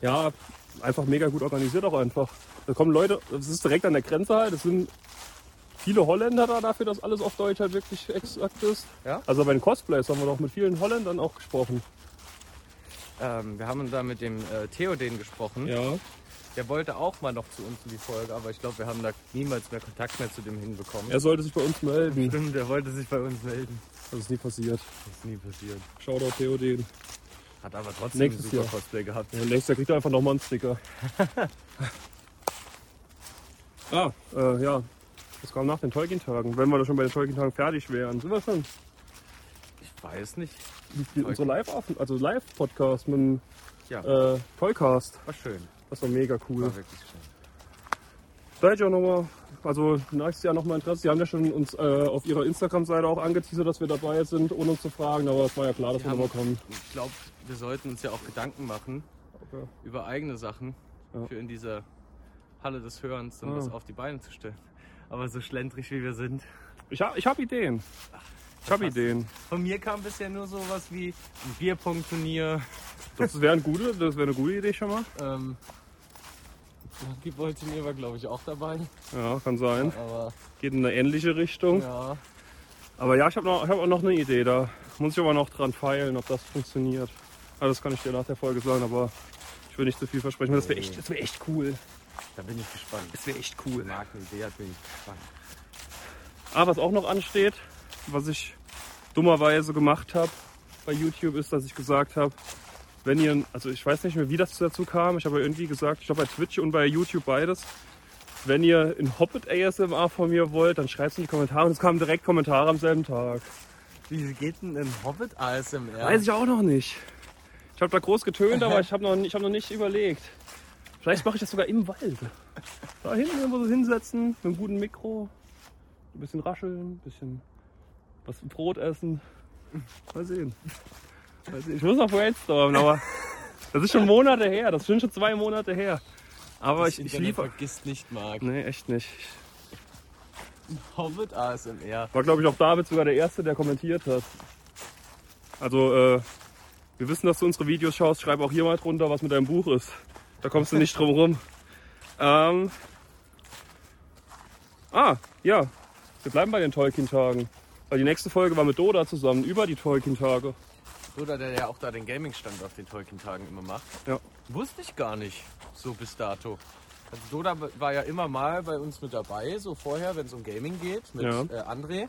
A: ja, einfach mega gut organisiert auch einfach. Da kommen Leute, das ist direkt an der Grenze halt, es sind viele Holländer da dafür, dass alles auf Deutsch halt wirklich exakt ist.
B: Ja?
A: Also bei den Cosplays haben wir doch mit vielen Holländern auch gesprochen.
B: Ähm, wir haben da mit dem äh, Theo den gesprochen.
A: Ja.
B: Der wollte auch mal noch zu uns in die Folge, aber ich glaube, wir haben da niemals mehr Kontakt mehr zu dem hinbekommen.
A: Er sollte sich bei uns melden.
B: Stimmt, der wollte sich bei uns melden.
A: Das ist nie passiert.
B: Das ist nie passiert.
A: Shoutout Theoden.
B: Hat aber trotzdem
A: Nächstes
B: ein super
A: Jahr.
B: Cosplay gehabt.
A: Ja, nächstes Jahr kriegt er einfach nochmal einen Sticker. ah, äh, ja. Das kam nach den Tolkien-Tagen. Wenn wir da schon bei den Tolkien-Tagen fertig wären, sind wir schon.
B: Ich weiß nicht.
A: Mit unsere live also Live-Podcast mit dem
B: Ja.
A: äh, Toycast.
B: War schön.
A: Das war mega cool.
B: War wirklich schön.
A: Da hätte ich auch nochmal, also nächstes Jahr nochmal Interesse. Die haben ja schon uns äh, auf ihrer Instagram-Seite auch angeteasert, dass wir dabei sind, ohne uns zu fragen. Aber es war ja klar, dass
B: Die
A: wir
B: haben-
A: nochmal kommen.
B: Ich glaube, wir sollten uns ja auch Gedanken machen
A: Okay.
B: über eigene Sachen
A: Ja.
B: für in dieser Halle des Hörens dann
A: Ah.
B: was auf die Beine zu stellen. Aber so schlendrig wie wir sind.
A: Ich habe ich hab Ideen. Ich habe Ideen.
B: Von mir kam bisher nur sowas wie ein Bierpunktturnier.
A: Das wäre eine gute, das wäre eine gute Idee schon mal.
D: ähm, Basketball-Turnier war, glaube ich, auch dabei.
A: Ja, kann sein.
D: Aber,
A: Geht in eine ähnliche Richtung.
D: ja.
A: Aber ja, ich habe hab auch noch eine Idee. Da muss ich aber noch dran feilen, ob das funktioniert. Also das kann ich dir nach der Folge sagen, aber ich will nicht zu viel versprechen. weil Das wäre echt, das wär echt cool.
D: Da bin ich gespannt.
A: Das wäre echt cool.
D: Marc, eine Idee hat, bin ich gespannt.
A: Ah, was auch noch ansteht, was ich dummerweise gemacht habe bei YouTube, ist, dass ich gesagt habe, wenn ihr, also ich weiß nicht mehr, wie das dazu kam, ich habe irgendwie gesagt, ich glaube bei Twitch und bei YouTube beides, wenn ihr in Hobbit ASMR von mir wollt, dann schreibt es in die Kommentare und es kamen direkt Kommentare am selben Tag.
D: Wie geht denn ein Hobbit ASMR?
A: Weiß ich auch noch nicht. Äh, Ich habe da groß getönt, aber ich habe noch, ich hab noch nicht überlegt. Vielleicht mache ich das sogar im Wald. Da hinten irgendwo so hinsetzen, mit einem guten Mikro. Ein bisschen rascheln, ein bisschen was Brot essen. Mal sehen. Mal sehen. Ich muss noch brainstormen, aber das ist schon Monate her. Das sind schon zwei Monate her. Aber ich, ich liebe.
D: vergisst nicht, Marc.
A: Nee, echt nicht.
D: Hobbit ASMR.
A: War, glaube ich, auch David sogar der Erste, der kommentiert hat. Also, äh, wir wissen, dass du unsere Videos schaust. Schreib auch hier mal drunter, was mit deinem Buch ist. Da kommst du nicht drum rum. Ähm, ah, ja. Wir bleiben bei den Tolkien-Tagen. Weil die nächste Folge war mit Doda zusammen über die Tolkien-Tage.
B: Bruder, der ja auch da den Gaming-Stand auf den Tolkien-Tagen immer macht.
A: Ja.
B: Wusste ich gar nicht, so bis dato.
D: Also Doda war ja immer mal bei uns mit dabei, so vorher, wenn es um Gaming geht, mit
A: Ja.
D: äh, André.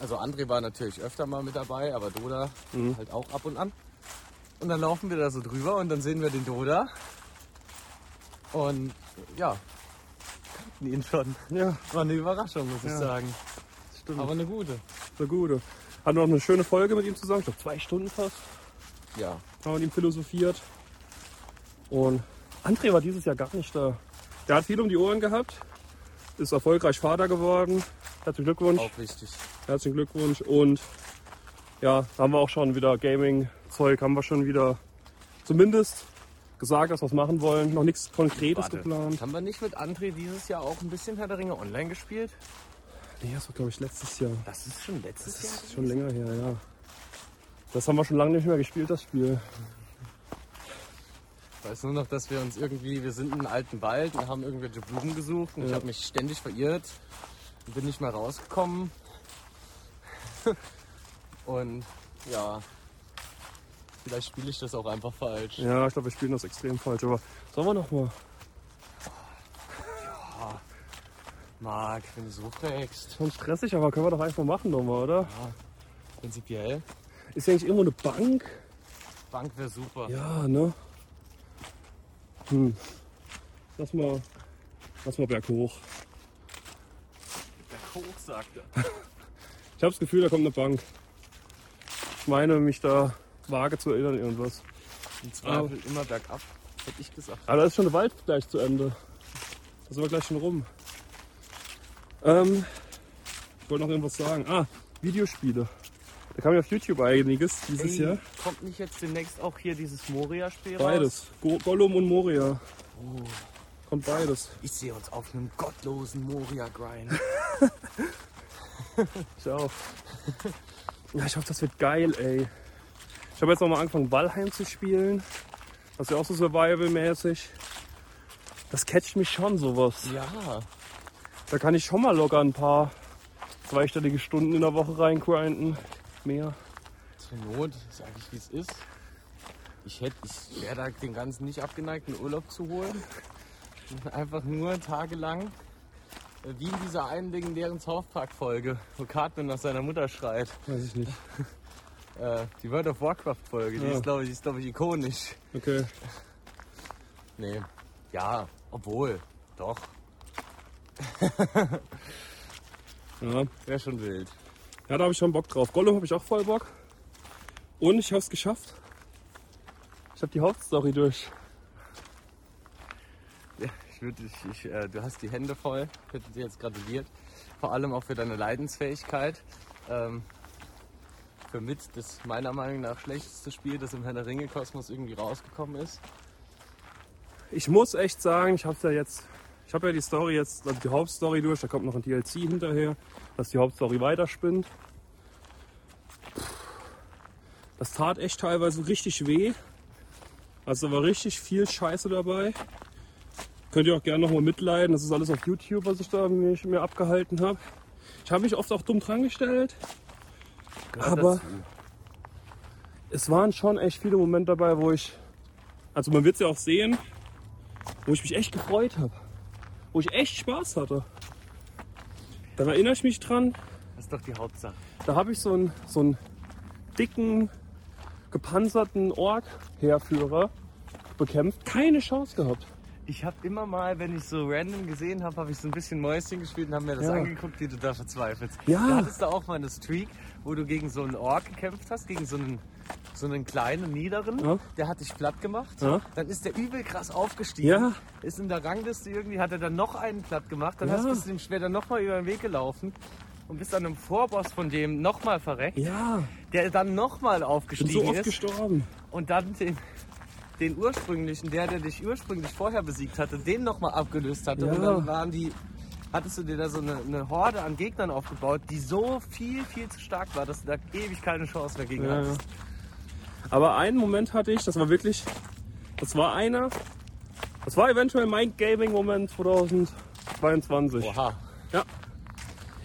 D: Also André war natürlich öfter mal mit dabei, aber Doda
A: Mhm.
D: halt auch ab und an. Und dann laufen wir da so drüber und dann sehen wir den Doda. Und ja, kannten ihn schon.
A: Ja,
D: War eine Überraschung, muss ich
A: Ja.
D: sagen.
A: stimmt.
D: Aber
A: Aber
D: eine gute.
A: eine gute. Hatten wir auch eine schöne Folge mit ihm zusammen. Ich glaube, zwei Stunden fast.
D: Ja,
A: haben mit ihm philosophiert. Und André war dieses Jahr gar nicht da. Der hat viel um die Ohren gehabt, ist erfolgreich Vater geworden. Herzlichen Glückwunsch.
D: auch wichtig.
A: Herzlichen Glückwunsch. Und ja, da haben wir auch schon wieder Gaming-Zeug, haben wir schon wieder zumindest gesagt, dass wir es machen wollen. Noch nichts Konkretes
B: Warte.
A: geplant.
D: Haben wir nicht mit André dieses Jahr auch ein bisschen Herr der Ringe online gespielt?
A: Nee, das war glaube ich letztes Jahr.
D: Das ist schon letztes Jahr.
A: Das ist schon länger her, ja. Das haben wir schon lange nicht mehr gespielt, das Spiel.
B: weiß nur noch, dass wir uns irgendwie, wir sind in einem alten Wald und haben irgendwelche Blumen gesucht und ich
A: Ja.
B: habe mich ständig verirrt und bin nicht mehr rausgekommen. und ja, vielleicht spiele ich das auch einfach falsch.
A: Ja, ich glaube, wir spielen das extrem falsch, aber sollen wir noch mal?
B: Marc, wenn du so trägst.
A: Schon stressig, aber können wir doch einfach machen nochmal, oder?
B: Prinzipiell.
A: Ist hier eigentlich irgendwo eine Bank?
B: Bank wäre super.
A: Ja, ne? Hm. Lass mal, lass mal berghoch.
B: Der Koch sagte.
A: Ich habe das Gefühl, da kommt eine Bank. Ich meine, mich da vage zu erinnern irgendwas.
B: Im Zweifel immer bergab, hätte ich gesagt.
A: Aber da ist schon der Wald gleich zu Ende. Da sind wir gleich schon rum. Ähm, ich wollte noch irgendwas sagen. Ah, Videospiele. Da kam ja auf YouTube einiges dieses
C: Ey,
A: Jahr.
C: Kommt nicht jetzt demnächst auch hier dieses Moria-Spiel raus?
A: Beides. Go Gollum und Moria. Kommt beides.
B: Ich sehe uns auf einem gottlosen Moria-Grind.
A: Ich auch. Ja, ich hoffe, das wird geil, ey. Ich habe jetzt nochmal angefangen, Valheim zu spielen. Das ist ja auch so Survival-mäßig. Das catcht mich schon, sowas.
B: ja.
A: Da kann ich schon mal locker ein paar zweistellige Stunden in der Woche reingrinden. Mehr.
B: Zur Not, sag ich wie es ist. Ich hätte, ich wäre da den ganzen nicht abgeneigten Urlaub zu holen. Einfach nur tagelang. äh, Wie in dieser einen legendären South Park-Folge, wo Cartman nach seiner Mutter schreit.
A: Weiß ich nicht.
B: Äh, die World of Warcraft-Folge, die
A: Ja.
B: ist, glaube ich, die ist, glaub ich, ikonisch.
A: Okay.
B: Nee. Ja, obwohl. Doch.
A: Ja,
B: Wäre schon wild.
A: ja da habe ich schon Bock drauf. Gollum habe ich auch voll Bock. Und ich habe es geschafft. Ich habe die Hauptstory durch.
B: Ja, ich würde dich, ich, äh, du hast die Hände voll. Ich hätte dir jetzt gratuliert. Vor allem auch für deine Leidensfähigkeit. Ähm, für mit das meiner Meinung nach schlechteste Spiel, das im Herr der Ringe-Kosmos irgendwie rausgekommen ist.
A: Ich muss echt sagen, ich habe ja jetzt, ich habe ja die Story jetzt, also die Hauptstory durch, da kommt noch ein DLC hinterher, dass die Hauptstory weiterspinnt. Puh. Das tat echt teilweise richtig weh. Also da war richtig viel Scheiße dabei. Könnt ihr auch gerne nochmal mitleiden. Das ist alles auf YouTube, was ich da mir, mir abgehalten habe. Ich habe mich oft auch dumm dran gestellt. Aber es waren schon echt viele Momente dabei, wo ich, also man wird es ja auch sehen, wo ich mich echt gefreut habe, wo ich echt Spaß hatte. Da erinnere ich mich dran,
B: Das ist doch die Hauptsache.
A: da habe ich so einen, so einen dicken, gepanzerten Ork-Heerführer bekämpft, keine Chance gehabt.
B: Ich habe immer mal, wenn ich so random gesehen habe, habe ich so ein bisschen Mäuschen gespielt und habe mir das
A: Ja.
B: angeguckt, wie du da verzweifelst.
A: Ja.
B: Du hattest da auch mal eine Streak, wo du gegen so einen Ork gekämpft hast, gegen so einen, so einen kleinen, niederen.
A: Ja.
B: Der hat dich platt gemacht.
A: Ja.
B: Dann ist der übel krass aufgestiegen.
A: Ja.
B: Ist in der Rangliste irgendwie, hat er dann noch einen platt gemacht. Dann
A: Ja.
B: hast, bist du dem Schwert dann nochmal über den Weg gelaufen. Und bist an einem Vorboss von dem nochmal verreckt,
A: Ja,
B: der dann nochmal
A: ich bin
B: aufgestiegen
A: so oft
B: ist
A: gestorben.
B: und dann den, den ursprünglichen, der, der dich ursprünglich vorher besiegt hatte, den nochmal abgelöst hatte.
A: Ja.
B: Und dann waren die, hattest du dir da so eine, eine Horde an Gegnern aufgebaut, die so viel, viel zu stark war, dass du da ewig keine Chance mehr gegen
A: Ja, ja.
B: hattest.
A: Aber einen Moment hatte ich, das war wirklich, das war einer, das war eventuell mein Gaming-Moment 2022.
B: Oha.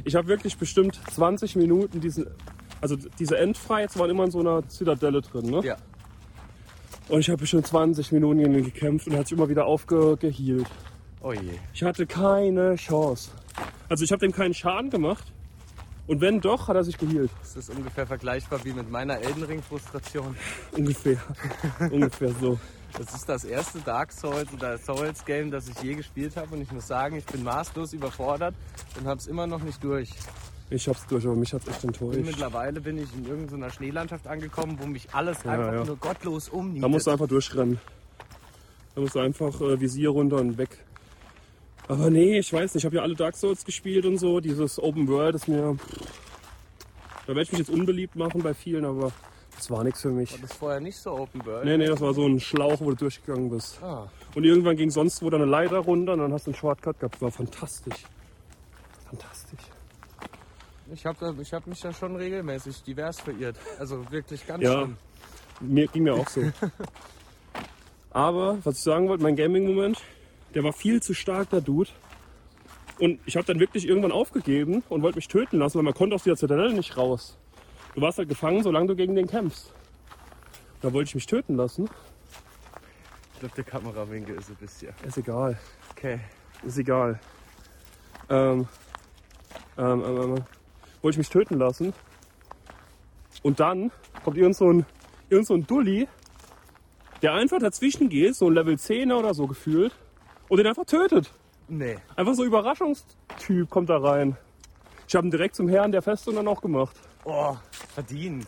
A: Ich habe wirklich bestimmt 20 Minuten diesen, also diese Endfights waren immer in so einer Zitadelle drin, ne?
B: Ja.
A: Und ich habe bestimmt 20 Minuten gegen ihn gekämpft und er hat sich immer wieder aufgehielt.
B: Oh je.
A: Ich hatte keine Chance. Also ich habe dem keinen Schaden gemacht. Und wenn doch, hat er sich gehielt.
B: Das ist ungefähr vergleichbar wie mit meiner Elden Ring-Frustration.
A: Ungefähr. Ungefähr so.
B: Das ist das erste Dark Souls oder Souls Game, das ich je gespielt habe. Und ich muss sagen, ich bin maßlos überfordert und habe es immer noch nicht durch.
A: Ich hab's durch, aber mich hat's echt
B: Und
A: enttäuscht.
B: mittlerweile bin ich in irgendeiner Schneelandschaft angekommen, wo mich alles einfach
A: ja.
B: nur gottlos umnietet.
A: Da musst du einfach durchrennen. Da musst du einfach äh, Visier runter und weg. Aber nee, ich weiß nicht. Ich habe ja alle Dark Souls gespielt und so. Dieses Open World ist mir. Da werde ich mich jetzt unbeliebt machen bei vielen, aber das war nichts für mich.
B: Das ist vorher nicht so Open World.
A: Nee, nee, das war so ein Schlauch, wo du durchgegangen bist.
B: Ah,
A: Und irgendwann ging sonst wo dann eine Leiter runter und dann hast du einen Shortcut gehabt. War fantastisch. Fantastisch.
B: ich habe ich hab mich da schon regelmäßig divers verirrt. Also wirklich ganz
A: Ja,
B: schlimm.
A: mir ging mir auch so. Aber was ich sagen wollte, mein Gaming-Moment, der war viel zu stark, der Dude. Und ich habe dann wirklich irgendwann aufgegeben und wollte mich töten lassen, weil man konnte aus dieser Zitadelle nicht raus. Du warst halt gefangen, solange du gegen den kämpfst. Da wollte ich mich töten lassen.
C: Ich glaube, der Kamerawinkel ist ein bisschen.
A: Ist egal.
C: Okay.
A: Ist egal. Ähm, ähm, ähm, ähm, wollte ich mich töten lassen. Und dann kommt irgend so ein, irgend so ein Dulli, der einfach dazwischen geht, so ein Level 10 oder so gefühlt, und den einfach tötet.
C: Nee.
A: Einfach so Überraschungstyp kommt da rein. Ich habe ihn direkt zum Herrn der Festung dann auch gemacht.
C: Oh, verdient.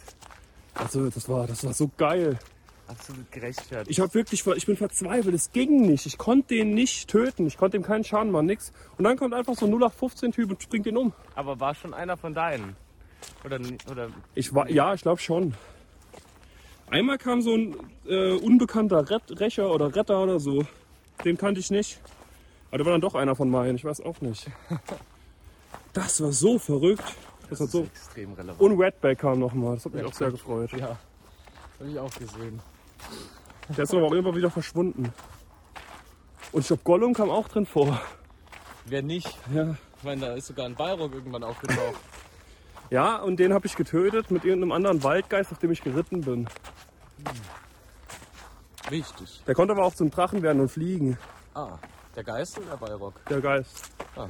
A: Also das war, das war so geil.
C: Absolut gerechtfertigt.
A: Ich habe wirklich, ver- ich bin verzweifelt. Es ging nicht. Ich konnte den nicht töten. Ich konnte ihm keinen Schaden machen, nix. Und dann kommt einfach so ein 0815-Typ und springt ihn um.
C: Aber war schon einer von deinen. Oder, n- oder
A: Ich war, ja, ich glaube schon. Einmal kam so ein äh, unbekannter Ret Rächer oder Retter oder so. Den kannte ich nicht. Aber der war dann doch einer von meinen. Ich weiß auch nicht. Das war so verrückt. Das hat
C: ist
A: so.
C: extrem relevant.
A: Und Redback kam nochmal. Das hat mich auch sehr gefreut.
B: Ja, habe ich auch gesehen.
A: Der ist aber auch immer wieder verschwunden. Und ich glaube, Gollum kam auch drin vor.
B: Wer nicht?
A: Ja.
B: Ich meine, da ist sogar ein Balrog irgendwann aufgetaucht.
A: Ja, und den habe ich getötet mit irgendeinem anderen Waldgeist, auf dem ich geritten bin.
B: Wichtig.
A: Der konnte aber auch zum Drachen werden und fliegen,
B: Ah, der Geist oder der Balrog?
A: der Geist.
B: Ah.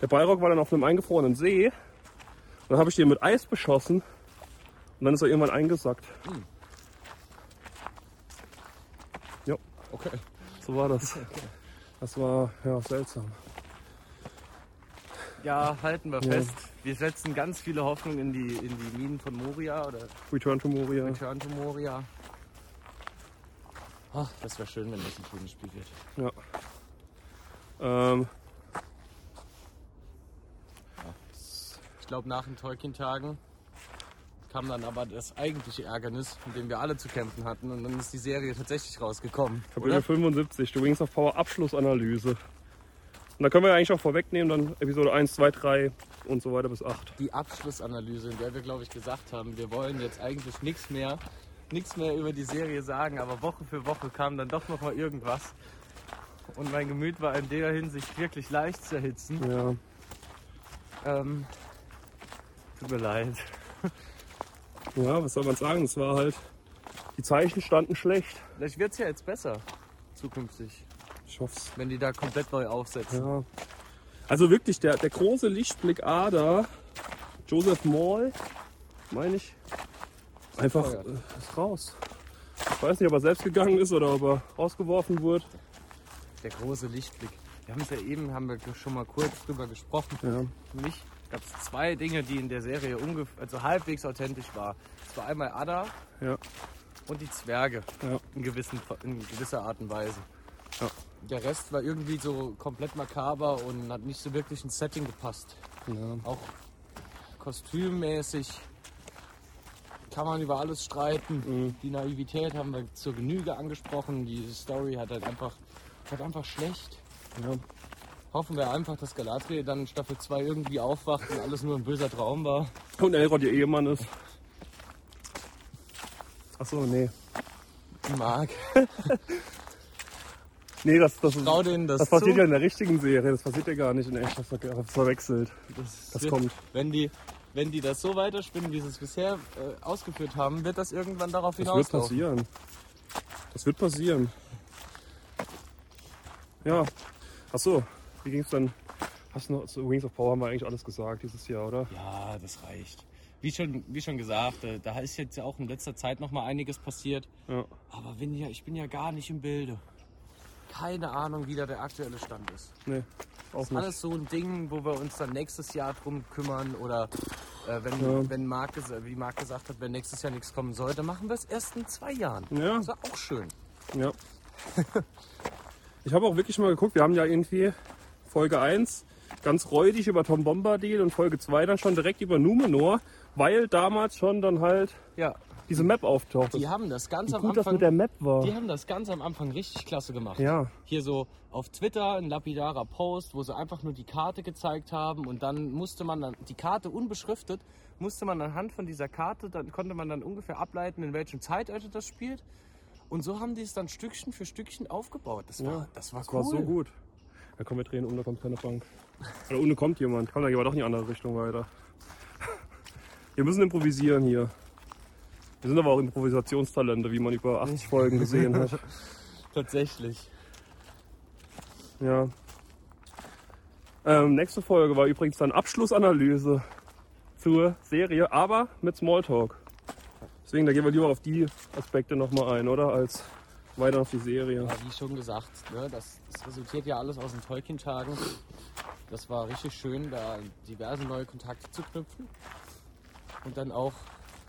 A: Der Balrog war dann auf einem eingefrorenen See. Und dann habe ich den mit Eis beschossen. Und dann ist er irgendwann eingesackt. Ja,
B: Okay.
A: so war das. Das war ja seltsam.
C: Ja, halten wir fest. Wir setzen ganz viele Hoffnungen in die, in die Minen von Moria oder
A: Return to Moria.
C: Return to Moria.
B: Ach, das wäre schön, wenn das ein cooles Spiel wird.
A: Ja. Ähm,
B: Ich glaube, nach den Tolkien-Tagen kam dann aber das eigentliche Ärgernis, mit dem wir alle zu kämpfen hatten. Und dann ist die Serie tatsächlich rausgekommen.
A: Kapitel 75, The Wings of Power Abschlussanalyse. Und da können wir eigentlich auch vorwegnehmen, dann Episode 1, 2, 3 und so weiter bis 8.
B: die Abschlussanalyse, in der wir, glaube ich, gesagt haben, wir wollen jetzt eigentlich nichts mehr, nichts mehr über die Serie sagen, aber Woche für Woche kam dann doch nochmal irgendwas.
C: Und mein Gemüt war in der Hinsicht wirklich leicht zu erhitzen.
A: Ja.
C: Ähm, tut mir leid.
A: ja, was soll man sagen? Es war halt, die Zeichen standen schlecht.
C: Vielleicht wird es ja jetzt besser zukünftig,
A: Ich hoffe's.
C: wenn die da komplett neu aufsetzen.
A: Ja. Also wirklich, der, der große Lichtblick Ada, Joseph Moll, meine ich, einfach
B: Gefeuert.
A: äh, ist raus. Ich weiß nicht, ob er selbst gegangen ist oder ob er rausgeworfen wurde.
B: Der große Lichtblick. Wir haben es ja eben, haben wir schon mal kurz drüber gesprochen.
A: Ja.
B: Für mich
C: Gab es zwei Dinge, die in der Serie ungef- also halbwegs authentisch war. Es war einmal Ada
A: Ja.
C: und die Zwerge
A: Ja.
C: in, gewissen, in gewisser Art und Weise.
B: Der Rest war irgendwie so komplett makaber und hat nicht so wirklich ins Setting gepasst.
A: ja.
B: Auch kostümmäßig kann man über alles streiten. Die Naivität haben wir zur Genüge angesprochen. Die Story hat halt einfach, hat einfach schlecht.
A: ja.
B: Hoffen wir einfach, dass Galadriel dann in Staffel 2 irgendwie aufwacht und alles nur ein böser Traum war.
A: Und Elrod ihr Ehemann ist. Achso, nee.
B: Marc,
A: Nee, das, das,
B: trau denen das,
A: das
B: zu.
A: passiert ja in der richtigen Serie. Das passiert ja gar nicht in echt. Das ver- das verwechselt.
B: Das,
A: Das
B: wird-
A: kommt.
B: Wenn die, wenn die das so weiterspinnen, wie sie es bisher äh, ausgeführt haben, wird das irgendwann darauf
A: Das wird
B: hinauslaufen.
A: passieren. Das wird passieren. Ja. Achso, wie ging's dann? Hast du noch, zu Wings of Power haben wir eigentlich alles gesagt dieses Jahr, oder?
B: Ja, das reicht. Wie schon, wie schon gesagt, äh, da ist jetzt ja auch in letzter Zeit noch mal einiges passiert.
A: Ja.
B: Aber wenn ja, ich bin ja gar nicht im Bilde. Keine Ahnung, wie da der aktuelle Stand ist.
A: Nee, auch nicht.
B: Alles so ein Ding, wo wir uns dann nächstes Jahr drum kümmern oder äh, wenn,
A: Ja.
B: wenn Marc, gesa- wie Marc gesagt hat, wenn nächstes Jahr nichts kommen sollte, machen wir es erst in zwei Jahren.
A: Ja.
B: Das war auch schön.
A: Ja. Ich habe auch wirklich mal geguckt, wir haben ja irgendwie Folge 1 ganz räudig über Tom Bombadil und Folge 2 dann schon direkt über Numenor, weil damals schon dann halt
C: Ja,
A: diese Map auftaucht.
B: Die haben das ganz
A: Wie
B: am
A: gut das mit der
B: Anfang.
A: Map war.
B: Die haben das ganz am Anfang richtig klasse gemacht.
A: Ja.
B: Hier so auf Twitter ein lapidarer Post, wo sie einfach nur die Karte gezeigt haben und dann musste man dann die Karte unbeschriftet, musste man anhand von dieser Karte, dann konnte man dann ungefähr ableiten, in welchem Zeitalter das spielt.
C: Und so haben die es dann Stückchen für Stückchen aufgebaut. Das war,
A: Ja,
C: das war
A: Das
C: cool.
A: war so gut. Da kommen wir drehen um, da kommt keine Bank. Oder ohne kommt jemand. Komm, dann gehen wir doch in die andere Richtung weiter. Wir müssen improvisieren hier. Wir sind aber auch Improvisationstalente, wie man über 80 Folgen gesehen hat.
B: Tatsächlich.
A: Ja. Ähm, nächste Folge war übrigens dann Abschlussanalyse zur Serie, aber mit Smalltalk. Deswegen, da gehen wir lieber auf die Aspekte nochmal ein, oder? Als weiter auf die Serie.
B: Aber wie schon gesagt, ne, das, das resultiert ja alles aus den Tolkien-Tagen. Das war richtig schön, da diverse neue Kontakte zu knüpfen. Und dann auch,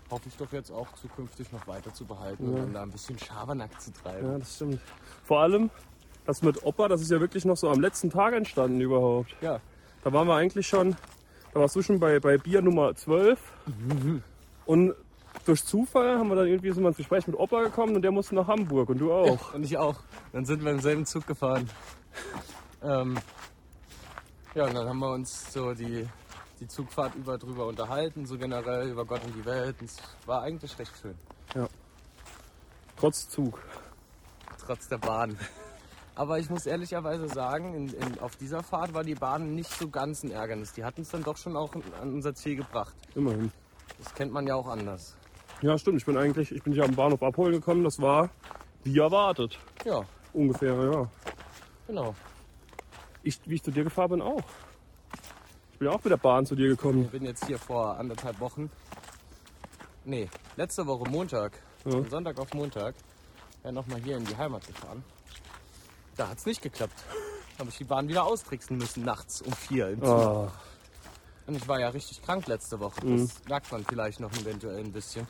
B: hoffe ich doch jetzt auch zukünftig noch weiter zu behalten und
A: Ja.
B: dann da ein bisschen Schabernack zu treiben.
A: Ja, das stimmt. Vor allem das mit Opa, das ist ja wirklich noch so am letzten Tag entstanden überhaupt.
B: Ja,
A: Da waren wir eigentlich schon, da warst du schon bei, bei Bier Nummer 12. Und durch Zufall haben wir dann irgendwie so mal ins Gespräch mit Opa gekommen und der musste nach Hamburg und du auch.
B: Und ich auch. Dann sind wir im selben Zug gefahren. Ähm, ja, und dann haben wir uns so die, die Zugfahrt über drüber unterhalten, so generell über Gott und die Welt. Und es war eigentlich recht schön,
A: Trotz Zug.
B: trotz der Bahn. Aber ich muss ehrlicherweise sagen, in, in, auf dieser Fahrt war die Bahn nicht so ganz ein Ärgernis. Die hat uns dann doch schon auch an unser Ziel gebracht.
A: Immerhin.
B: Das kennt man ja auch anders.
A: Ja, stimmt. Ich bin eigentlich, ich bin hier am Bahnhof abholen gekommen. Das war wie erwartet.
B: Ja,
A: Ungefähr, ja.
B: genau.
A: Ich, wie ich zu dir gefahren bin, auch. Ich bin ja auch mit der Bahn zu dir gekommen.
B: Ich bin jetzt hier vor anderthalb Wochen. Nee, letzte Woche Montag.
A: Ja.
B: Von Sonntag auf Montag. Ja, nochmal hier in die Heimat gefahren. Da hat's nicht geklappt. Habe ich die Bahn wieder austricksen müssen, nachts um vier. Im Zug.
A: Ah,
B: Und ich war ja richtig krank letzte Woche.
A: Mhm.
B: Das merkt man vielleicht noch eventuell ein bisschen.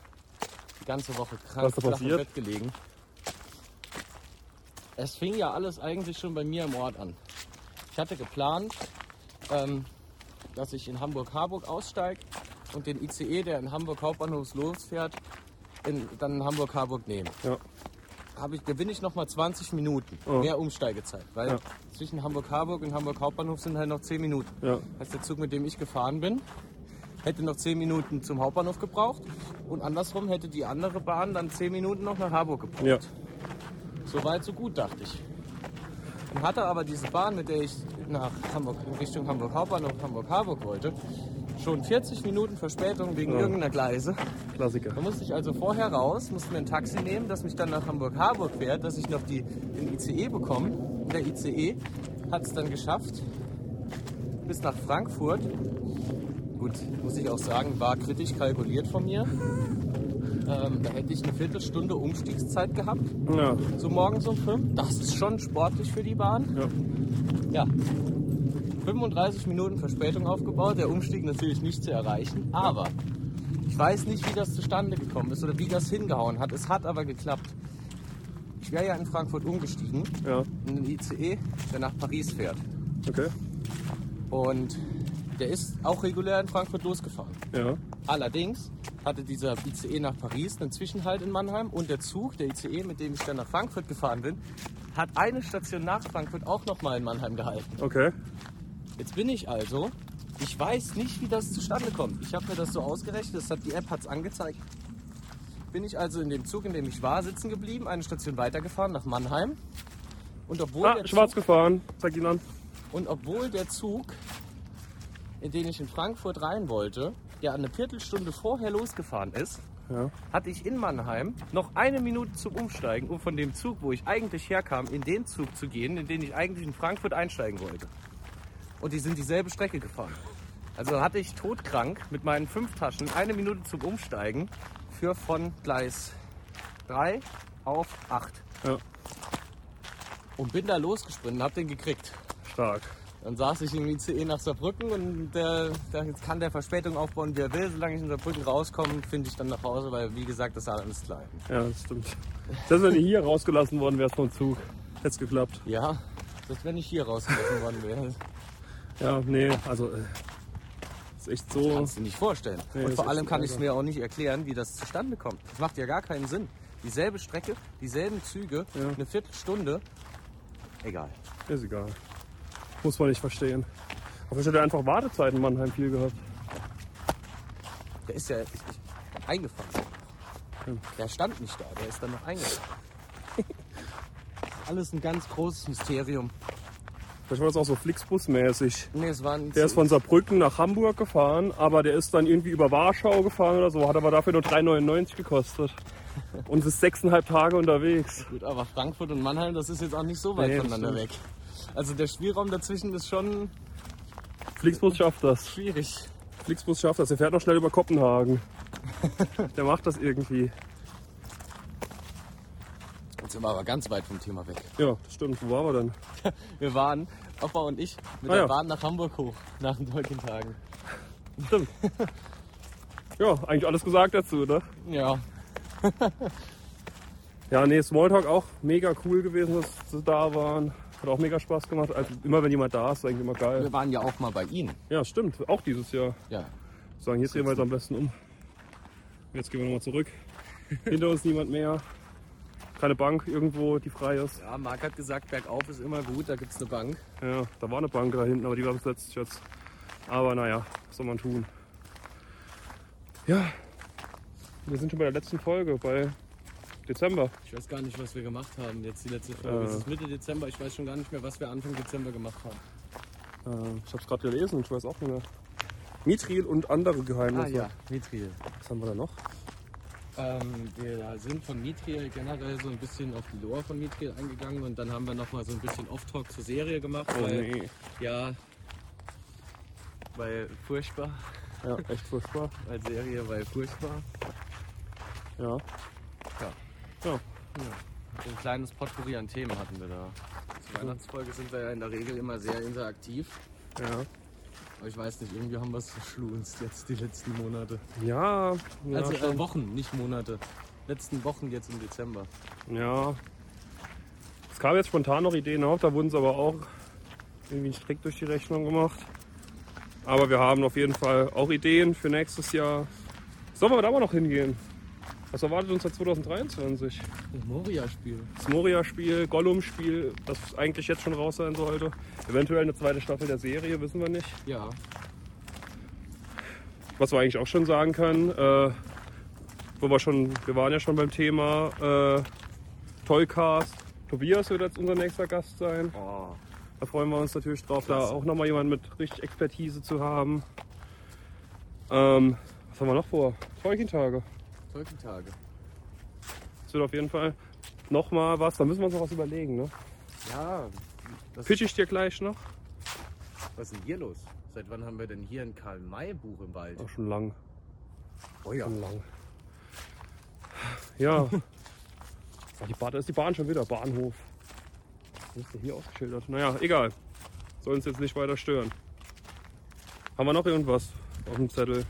B: Die ganze Woche krank,
A: Was ist da
B: flach im
A: passiert?
B: Bett gelegen. Es fing ja alles eigentlich schon bei mir im Ort an. Ich hatte geplant, ähm, dass ich in Hamburg-Harburg aussteige und den ICE, der in Hamburg Hauptbahnhof losfährt, in, dann in Hamburg-Harburg nehme.
A: ja.
B: Hab ich, gewinne ich nochmal 20 Minuten
A: Oh.
B: mehr Umsteigezeit, weil
A: Ja.
B: zwischen Hamburg-Harburg und Hamburg Hauptbahnhof sind halt noch 10 Minuten.
A: Ja.
B: Heißt, der Zug, mit dem ich gefahren bin, hätte noch 10 Minuten zum Hauptbahnhof gebraucht und andersrum hätte die andere Bahn dann 10 Minuten noch nach Harburg gebraucht.
A: Ja.
B: So weit, so gut, dachte ich. Und hatte aber diese Bahn, mit der ich nach Hamburg, in Richtung Hamburg Hauptbahnhof, Hamburg Harburg wollte, schon 40 Minuten Verspätung wegen
A: Ja.
B: irgendeiner Gleise.
A: Klassiker.
B: Da musste ich also vorher raus, musste mir ein Taxi nehmen, das mich dann nach Hamburg-Harburg fährt, dass ich noch die, den ICE bekomme. Und der ICE hat es dann geschafft bis nach Frankfurt. Gut, muss ich auch sagen, war kritisch kalkuliert von mir. Ähm, da hätte ich eine Viertelstunde Umstiegszeit gehabt,
A: Ja.
B: so morgens um fünf. Das ist schon sportlich für die Bahn.
A: Ja.
B: Ja. 35 Minuten Verspätung aufgebaut, der Umstieg natürlich nicht zu erreichen, aber ich weiß nicht, wie das zustande gekommen ist oder wie das hingehauen hat. Es hat aber geklappt. Ich wäre ja in Frankfurt umgestiegen,
A: Ja.
B: in den ICE, der nach Paris fährt.
A: Okay.
B: Und der ist auch regulär in Frankfurt losgefahren.
A: Ja.
B: Allerdings hatte dieser ICE nach Paris einen Zwischenhalt in Mannheim und der Zug, der ICE, mit dem ich dann nach Frankfurt gefahren bin, hat eine Station nach Frankfurt auch nochmal in Mannheim gehalten.
A: Okay.
B: Jetzt bin ich also, ich weiß nicht, wie das zustande kommt. Ich habe mir das so ausgerechnet, das hat, die App hat es angezeigt. Bin ich also in dem Zug, in dem ich war, sitzen geblieben, eine Station weitergefahren nach Mannheim. Und obwohl
A: Ah,
B: der
A: schwarz gefahren. Zeig ihn an.
B: und obwohl der Zug, in den ich in Frankfurt rein wollte, ja eine Viertelstunde vorher losgefahren ist,
A: Ja.
B: hatte ich in Mannheim noch eine Minute zum Umsteigen, um von dem Zug, wo ich eigentlich herkam, in den Zug zu gehen, in den ich eigentlich in Frankfurt einsteigen wollte. Und die sind dieselbe Strecke gefahren. Also hatte ich todkrank mit meinen fünf Taschen eine Minute zum Umsteigen für von Gleis 3 auf 8.
A: Ja.
B: Und bin da losgesprintet, hab den gekriegt.
A: Stark.
B: Dann saß ich im ICE nach Saarbrücken und der, der jetzt kann der Verspätung aufbauen, wie er will. Solange ich in Saarbrücken rauskomme, finde ich dann nach Hause, weil wie gesagt, das hat alles klein.
A: Ja, das stimmt. Selbst wenn du hier rausgelassen worden wärst vom Zug, hätte es geklappt.
B: Ja, das wenn ich hier rausgelassen worden wäre.
A: Ja, nee, also äh, ist echt so.
B: Kannst du dir nicht vorstellen.
A: Nee,
B: und
A: das
B: vor
A: ist
B: allem kann ich
A: leider.
B: es mir auch nicht erklären, wie das zustande kommt. Das macht ja gar keinen Sinn. Dieselbe Strecke, dieselben Züge,
A: Ja.
B: eine Viertelstunde. Egal.
A: Ist egal. Muss man nicht verstehen. Aber ich hätte einfach Wartezeiten in Mannheim viel gehabt.
B: Der
A: Hm.
B: ist ja ich, ich, eingefahren. Der stand nicht da, der ist dann noch eingefahren. alles ein ganz großes Mysterium.
A: Vielleicht war das auch so Flixbus-mäßig.
B: Nee, es waren
A: Der ist von Saarbrücken nach Hamburg gefahren, aber der ist dann irgendwie über Warschau gefahren oder so, hat aber dafür nur 3,99 gekostet. Und ist sechseinhalb Tage unterwegs.
B: gut, aber Frankfurt und Mannheim, das ist jetzt auch nicht so weit
A: Nee, das
B: voneinander weg. Also der Spielraum dazwischen ist schon
A: Flixbus schafft das.
B: schwierig.
A: Flixbus schafft das. Der fährt noch schnell über Kopenhagen. Der macht das irgendwie.
B: Jetzt sind wir aber ganz weit vom Thema weg.
A: Ja, das stimmt. Wo waren wir denn?
B: Wir waren, Opa und ich, mit
A: Ah,
B: der
A: ja.
B: Bahn nach Hamburg hoch, nach den Tolkien-Tagen.
A: Stimmt. Ja, eigentlich alles gesagt dazu, ne?
B: Ja,
A: Ja, nee, Smalltalk auch mega cool gewesen, dass sie da waren. Hat auch mega Spaß gemacht. Also immer wenn jemand da ist, ist eigentlich immer geil.
B: wir waren ja auch mal bei Ihnen.
A: Ja, stimmt. Auch dieses Jahr.
B: Ja,
A: Sagen, hier drehen wir jetzt am besten um. Jetzt gehen wir nochmal zurück. Hinter uns niemand mehr. Keine Bank irgendwo, die frei ist.
B: ja Marc hat gesagt, bergauf ist immer gut, da gibt's eine Bank.
A: Ja, da war eine Bank da hinten, aber die war besetzt jetzt. Aber naja, was soll man tun? Ja, wir sind schon bei der letzten Folge, bei Dezember.
B: Ich weiß gar nicht, was wir gemacht haben. Jetzt die letzte Folge.
A: Äh.
B: Es ist Mitte Dezember. Ich weiß schon gar nicht mehr, was wir Anfang Dezember gemacht haben.
A: Äh, ich hab's gerade gelesen, ich weiß auch nicht mehr. Mithril und andere Geheimnisse.
B: Mithril.
A: Was haben wir da noch?
B: Ähm, wir sind von Mithril generell so ein bisschen auf die Lore von Mithril eingegangen und dann haben wir nochmal so ein bisschen Off-Talk zur Serie gemacht.
A: Oh
B: weil,
A: nee.
B: Ja, weil furchtbar.
A: Ja, echt furchtbar.
B: Als Serie, weil furchtbar.
A: Ja.
B: So ein kleines Potpourri an Themen hatten wir da. Zur Weihnachtsfolge sind wir ja in der Regel immer sehr interaktiv.
A: Ja.
B: Aber ich weiß nicht, irgendwie haben wir es verschlunzt jetzt die letzten Monate.
A: Ja, ja,
B: Also
A: schon.
B: äh, Wochen, nicht Monate. Letzten Wochen jetzt im Dezember.
A: ja. Es kamen jetzt spontan noch Ideen auf, da wurden es aber auch irgendwie einen Strick durch die Rechnung gemacht. Aber wir haben auf jeden Fall auch Ideen für nächstes Jahr. Sollen wir da mal noch hingehen? Was erwartet uns da 2023?
B: Das Moria-Spiel.
A: Das Moria-Spiel, Gollum-Spiel, das eigentlich jetzt schon raus sein sollte. Eventuell eine zweite Staffel der Serie, wissen wir nicht.
B: Ja.
A: was wir eigentlich auch schon sagen können, äh, wo wir schon, wir waren ja schon beim Thema äh, Tollcast. Tobias wird jetzt unser nächster Gast sein.
B: Oh.
A: Da freuen wir uns natürlich drauf, da auch nochmal jemanden mit richtig Expertise zu haben. Ähm, was haben wir noch vor? Tolkien-Tage.
B: Tolkien-Tage.
A: Es wird auf jeden Fall nochmal was, da müssen wir uns noch was überlegen. Ne?
B: Ja. Was,
A: Pitch ich dir gleich noch?
B: was ist denn hier los? Seit wann haben wir denn hier ein Karl-May-Buch im Wald?
A: Auch schon lang.
B: Oh ja.
A: Schon lang. Ja. Ah, die Bahn, da ist die Bahn schon wieder, Bahnhof. Wo ist der hier ausgeschildert? Naja, egal. Soll uns jetzt nicht weiter stören. Haben wir noch irgendwas auf dem Zettel?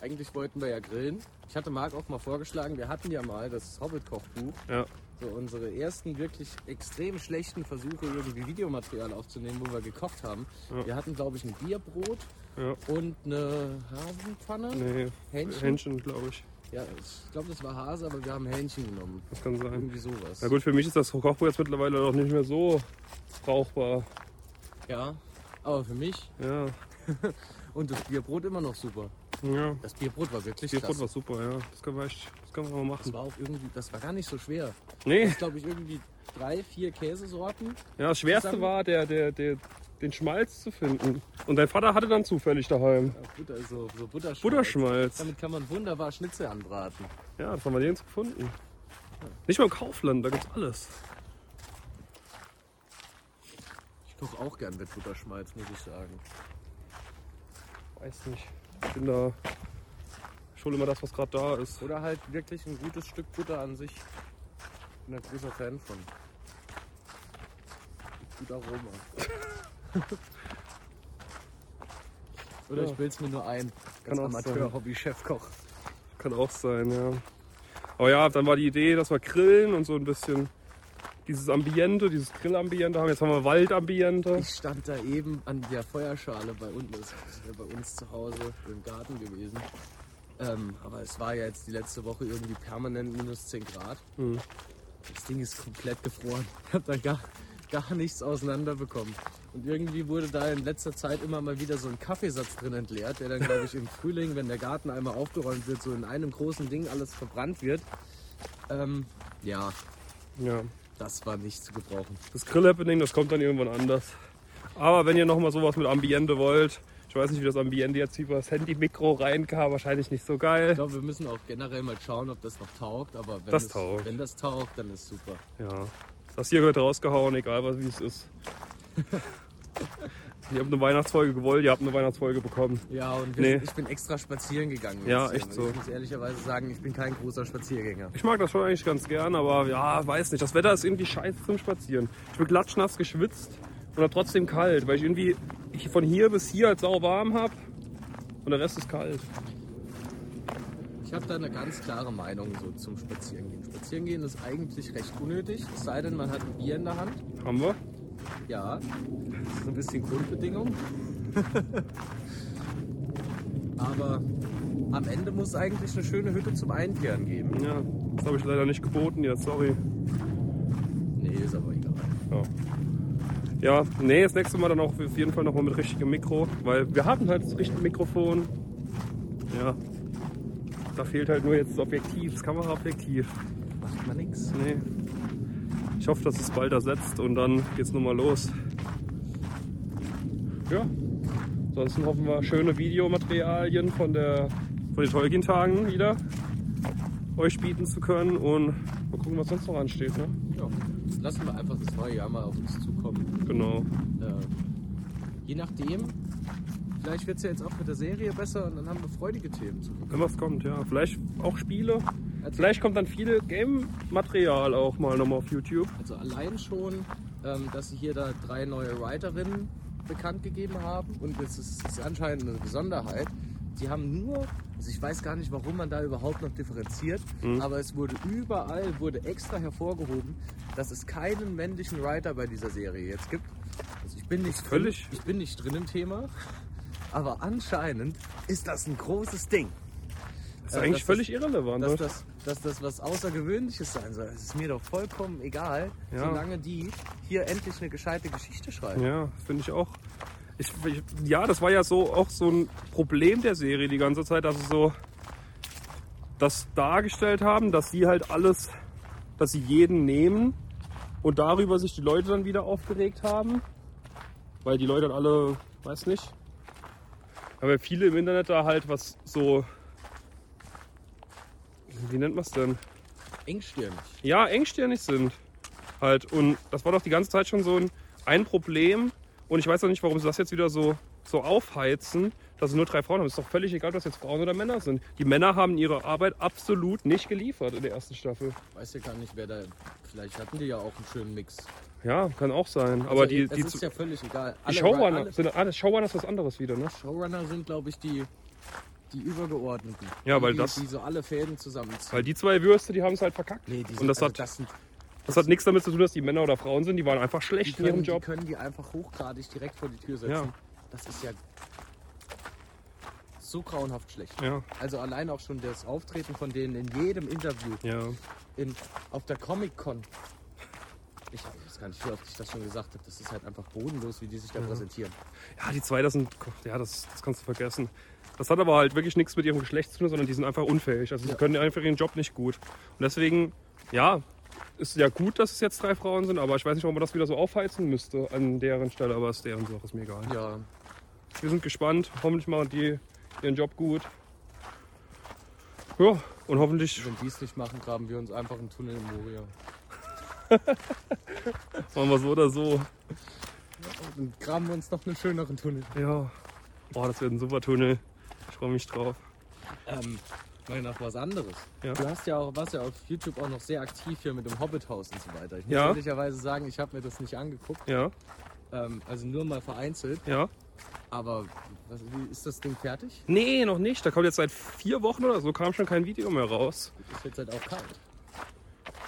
B: Eigentlich wollten wir ja grillen. Ich hatte Marc auch mal vorgeschlagen, wir hatten ja mal das Hobbit-Kochbuch.
A: Ja.
B: So unsere ersten wirklich extrem schlechten Versuche, irgendwie Videomaterial aufzunehmen, wo wir gekocht haben. Wir hatten, glaube ich, ein Bierbrot
A: Ja.
B: und eine Hasenpfanne.
A: Nee.
B: Hähnchen?
A: Hähnchen, glaube ich.
B: Ja, ich glaube, das war Hase, aber wir haben Hähnchen genommen.
A: Das kann sein.
B: Irgendwie sowas.
A: Na gut, für mich ist das Kochbuch jetzt mittlerweile auch nicht mehr so brauchbar.
B: Ja, aber für mich
A: Ja.
B: und das Bierbrot immer noch super.
A: Ja.
B: Das Bierbrot war wirklich
A: Die
B: krass.
A: Brot war super, ja. Das können wir echt, das können wir mal
B: das
A: machen.
B: war auch irgendwie, das war gar nicht so schwer.
A: Nee.
B: Das glaube ich irgendwie drei, vier Käsesorten.
A: Ja, das Schwerste
B: Zusammen-
A: war, der, der, der, den Schmalz zu finden. Und dein Vater hatte dann zufällig daheim.
B: Ja, Butter, so, so Butterschmalz.
A: Butterschmalz.
B: Damit kann man wunderbar Schnitzel anbraten.
A: Ja, das haben wir nirgends gefunden. Nicht mal im Kaufland, da gibt's alles.
B: Ich koche auch gern mit Butterschmalz, muss ich sagen.
A: Weiß nicht. Ich bin da. Ich hole immer das, was gerade da ist.
B: Oder halt wirklich ein gutes Stück Butter an sich. Bin ein großer Fan von. Gibt Gut Aroma. Oder
A: Ja.
B: ich bild's mir nur ein.
A: Kann
B: Als
A: auch sein.
B: Amateur-Hobby-Chefkoch.
A: Kann auch sein, ja. Aber ja, dann war die Idee, dass wir grillen und so ein bisschen dieses Ambiente, dieses Grillambiente haben. Jetzt haben wir Waldambiente.
B: Ich stand da eben an der Feuerschale bei uns, das ist ja bei uns zu Hause im Garten gewesen. Ähm, aber es war ja jetzt die letzte Woche irgendwie permanent minus 10 Grad.
A: Mhm.
B: Das Ding ist komplett gefroren. Ich habe da gar, gar nichts auseinanderbekommen. Und irgendwie wurde da in letzter Zeit immer mal wieder so ein Kaffeesatz drin entleert, der dann, glaube ich, im Frühling, wenn der Garten einmal aufgeräumt wird, so in einem großen Ding alles verbrannt wird. Ähm, ja,
A: Ja.
B: Das war nicht zu gebrauchen.
A: Das Grill-Happening, das kommt dann irgendwann anders. Aber wenn ihr nochmal sowas mit Ambiente wollt, ich weiß nicht, wie das Ambiente jetzt über das Handy-Mikro reinkam, wahrscheinlich nicht so
B: Ich
A: geil.
B: glaube, wir müssen auch generell mal schauen, ob das noch taugt. Aber wenn
A: Das
B: es-
A: taugt.
B: wenn das taugt, dann ist super.
A: Ja, das hier wird rausgehauen, egal was wie es ist. Ihr habt eine Weihnachtsfolge gewollt, ihr habt eine Weihnachtsfolge bekommen.
B: Ja, und wir,
A: Nee.
B: ich bin extra spazieren gegangen.
A: Ja,
B: jetzt hier.
A: echt so.
B: Ich muss ehrlicherweise sagen, ich bin kein großer Spaziergänger.
A: Ich mag das schon eigentlich ganz gern, aber ja, weiß nicht. Das Wetter ist irgendwie scheiße zum Spazieren. Ich bin klatschnass geschwitzt und hab trotzdem kalt, weil ich irgendwie ich von hier bis hier halt sau warm hab und der Rest ist kalt.
B: Ich habe da eine ganz klare Meinung so zum Spazierengehen. Spazierengehen ist eigentlich recht unnötig, es sei denn, man hat ein Bier in der Hand.
A: Haben wir?
B: Ja, das ist ein bisschen Grundbedingung. Aber am Ende muss es eigentlich eine schöne Hütte zum Einkehren geben.
A: Ja, das habe ich leider nicht geboten jetzt, sorry.
B: Nee, ist aber egal.
A: Ja. ja, nee, das nächste Mal dann auch auf jeden Fall nochmal mit richtigem Mikro, weil wir haben halt das richtige Mikrofon. Ja. Da fehlt halt nur jetzt das Objektiv, das Kameraobjektiv.
B: Macht man nix.
A: Nee. Ich hoffe, dass es bald ersetzt und dann geht's nochmal los. Ja. Ansonsten hoffen wir schöne Videomaterialien von, der, von den Tolkien-Tagen wieder euch bieten zu können und mal gucken, was sonst noch ansteht. Ne?
B: Ja, lassen wir einfach das neue Jahr mal auf uns zukommen.
A: Genau.
B: äh, je nachdem, vielleicht wird es ja jetzt auch mit der Serie besser und dann haben wir freudige Themen. zu gucken.
A: Wenn was kommt, ja. Vielleicht auch Spiele. Vielleicht kommt dann viel Game-Material auch mal nochmal auf YouTube.
B: Also allein schon, ähm, dass sie hier da drei neue Writerinnen bekannt gegeben haben und das ist, ist anscheinend eine Besonderheit. Die haben nur, also ich weiß gar nicht, warum man da überhaupt noch differenziert, aber es wurde überall, wurde extra hervorgehoben, dass es keinen männlichen Writer bei dieser Serie jetzt gibt. Also ich bin nicht
A: völlig-
B: drin, ich bin nicht drin im Thema, aber anscheinend ist das ein großes Ding.
A: Das ist
B: Ja,
A: eigentlich
B: Äh, das
A: völlig irrelevant.
B: Dass
A: ne?
B: das, dass das was Außergewöhnliches sein soll, das ist mir doch vollkommen egal,
A: Ja.
B: solange die hier endlich eine gescheite Geschichte schreiben.
A: Ja, finde ich auch. Ich, ich, ja, das war ja so auch so ein Problem der Serie die ganze Zeit, dass sie so das dargestellt haben, dass sie halt alles, dass sie jeden nehmen und darüber sich die Leute dann wieder aufgeregt haben, weil die Leute dann alle, weiß nicht, haben ja viele im Internet da halt was so, wie nennt man es denn?
B: Engstirnig.
A: ja, engstirnig sind. Halt. Und das war doch die ganze Zeit schon so ein, ein Problem. Und ich weiß auch nicht, warum sie das jetzt wieder so, so aufheizen, dass es nur drei Frauen haben. Ist doch völlig egal, ob das jetzt Frauen oder Männer sind. Die Männer haben ihre Arbeit absolut nicht geliefert in der ersten Staffel.
B: Weiß ja gar nicht, wer da. Vielleicht hatten die ja auch einen schönen Mix.
A: Ja, kann auch sein. Aber
B: Also,
A: die,
B: es
A: die,
B: ist ja völlig egal.
A: die
B: Alle-
A: Showrunner,
B: alle
A: sind, ah, das Showrunner ist was anderes wieder, ne?
B: Showrunner sind, glaube ich, die, die Übergeordneten.
A: Ja,
B: die,
A: weil
B: die,
A: das-
B: Die so alle Fäden zusammenziehen.
A: Weil die zwei Würste, die haben es halt verkackt.
B: Nee, die sind,
A: Und das
B: also
A: hat,
B: das sind,
A: das hat nichts damit zu tun, dass die Männer oder Frauen sind. Die waren einfach
B: die,
A: schlecht in ihrem
B: können, die
A: Job.
B: können die einfach hochgradig direkt vor die Tür setzen.
A: Ja.
B: Das ist ja so grauenhaft schlecht.
A: Ja,
B: Also allein auch schon das Auftreten von denen in jedem Interview,
A: ja.
B: in, auf der Comic-Con. Ich weiß gar nicht, wie oft ich das schon gesagt habe. Das ist halt einfach bodenlos, wie die sich da präsentieren.
A: Ja, die zwei, das sind, ja, das, das kannst du vergessen. Das hat aber halt wirklich nichts mit ihrem Geschlecht zu tun, sondern die sind einfach unfähig. Also sie können einfach ihren Job nicht gut. Und deswegen, ja, ist ja gut, dass es jetzt drei Frauen sind, aber ich weiß nicht, warum man das wieder so aufheizen müsste an deren Stelle, aber es ist deren Sache, ist mir egal.
B: Ja,
A: Wir sind gespannt, hoffentlich machen die ihren Job gut. Ja, und hoffentlich
B: wenn die es nicht machen, graben wir uns einfach einen Tunnel in Moria.
A: machen wir so oder so.
B: Und graben wir uns noch einen schöneren Tunnel.
A: Ja. Boah, das wird ein super Tunnel. Ich freue mich drauf.
B: Ähm, mal nach was anderes.
A: Ja.
B: Du hast ja auch, warst ja auf YouTube auch noch sehr aktiv hier mit dem Hobbit-Haus und so weiter. Ich muss
A: Ja.
B: ehrlicherweise sagen, ich habe mir das nicht angeguckt.
A: Ja,
B: Ähm, also nur mal vereinzelt.
A: ja.
B: Aber was, wie ist das Ding fertig?
A: Nee, noch nicht. Da kommt jetzt seit vier Wochen oder so, kam schon kein Video mehr raus.
B: Ist jetzt halt auch kalt.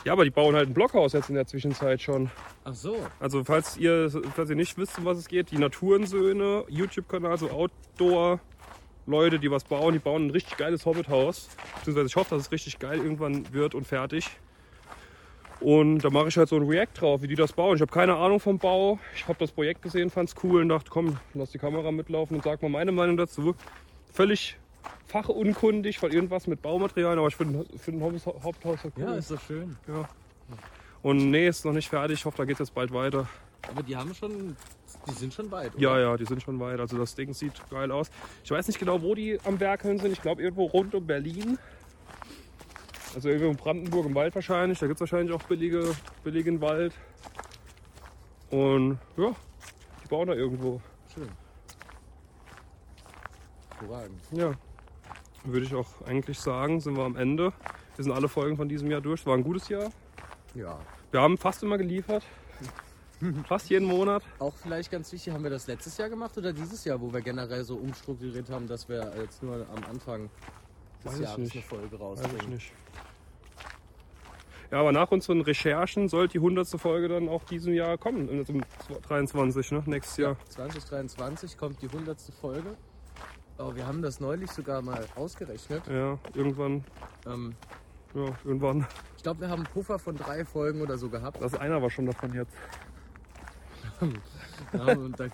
A: Ja, aber die bauen halt ein Blockhaus jetzt in der Zwischenzeit schon.
B: Ach so.
A: Also falls ihr, falls ihr nicht wisst, um was es geht, die Naturensöhne, YouTube-Kanal, so Outdoor-Leute, die was bauen, die bauen ein richtig geiles Hobbit-Haus. Beziehungsweise ich hoffe, dass es richtig geil irgendwann wird und fertig. Und da mache ich halt so ein React drauf, wie die das bauen. Ich habe keine Ahnung vom Bau. Ich habe das Projekt gesehen, fand es cool und dachte, komm, lass die Kamera mitlaufen und sag mal meine Meinung dazu. Völlig Oh. fachunkundig von irgendwas mit Baumaterialien, aber ich finde find ein Hobbit- Haupthaus ja cool.
B: Ja, ist doch schön.
A: Ja. Und nee, ist noch nicht fertig. Ich hoffe, da geht jetzt bald weiter.
B: Aber die haben schon, die sind schon weit. oder?
A: Ja, ja, die sind schon weit. Also das Ding sieht geil aus. Ich weiß nicht genau, wo die am Werkeln sind. Ich glaube irgendwo rund um Berlin. Also irgendwo in Brandenburg im Wald wahrscheinlich. Da gibt es wahrscheinlich auch billige, billigen Wald. Und ja, die bauen da irgendwo.
B: Schön. Hervorragend.
A: Ja. Würde ich auch eigentlich sagen, sind wir am Ende. Wir sind alle Folgen von diesem Jahr durch. War ein gutes Jahr.
B: Ja.
A: Wir haben fast immer geliefert. Fast jeden Monat.
B: Auch vielleicht ganz wichtig, haben wir das letztes Jahr gemacht oder dieses Jahr, wo wir generell so umstrukturiert haben, dass wir jetzt nur am Anfang des
A: Weiß ich
B: Jahres
A: nicht.
B: eine Folge
A: Weiß ich
B: rausbringen?
A: nicht. Ja, aber nach unseren Recherchen sollte die 100. Folge dann auch diesem Jahr kommen, also im 23, ne? Nächstes Jahr.
B: 2023 kommt die 100. Folge. Oh, wir haben das neulich sogar mal ausgerechnet.
A: Ja, irgendwann,
B: Ähm,
A: ja, irgendwann.
B: ich glaube, wir haben einen Puffer von drei Folgen oder so gehabt.
A: Das einer war schon davon jetzt.
B: Ja, und dann,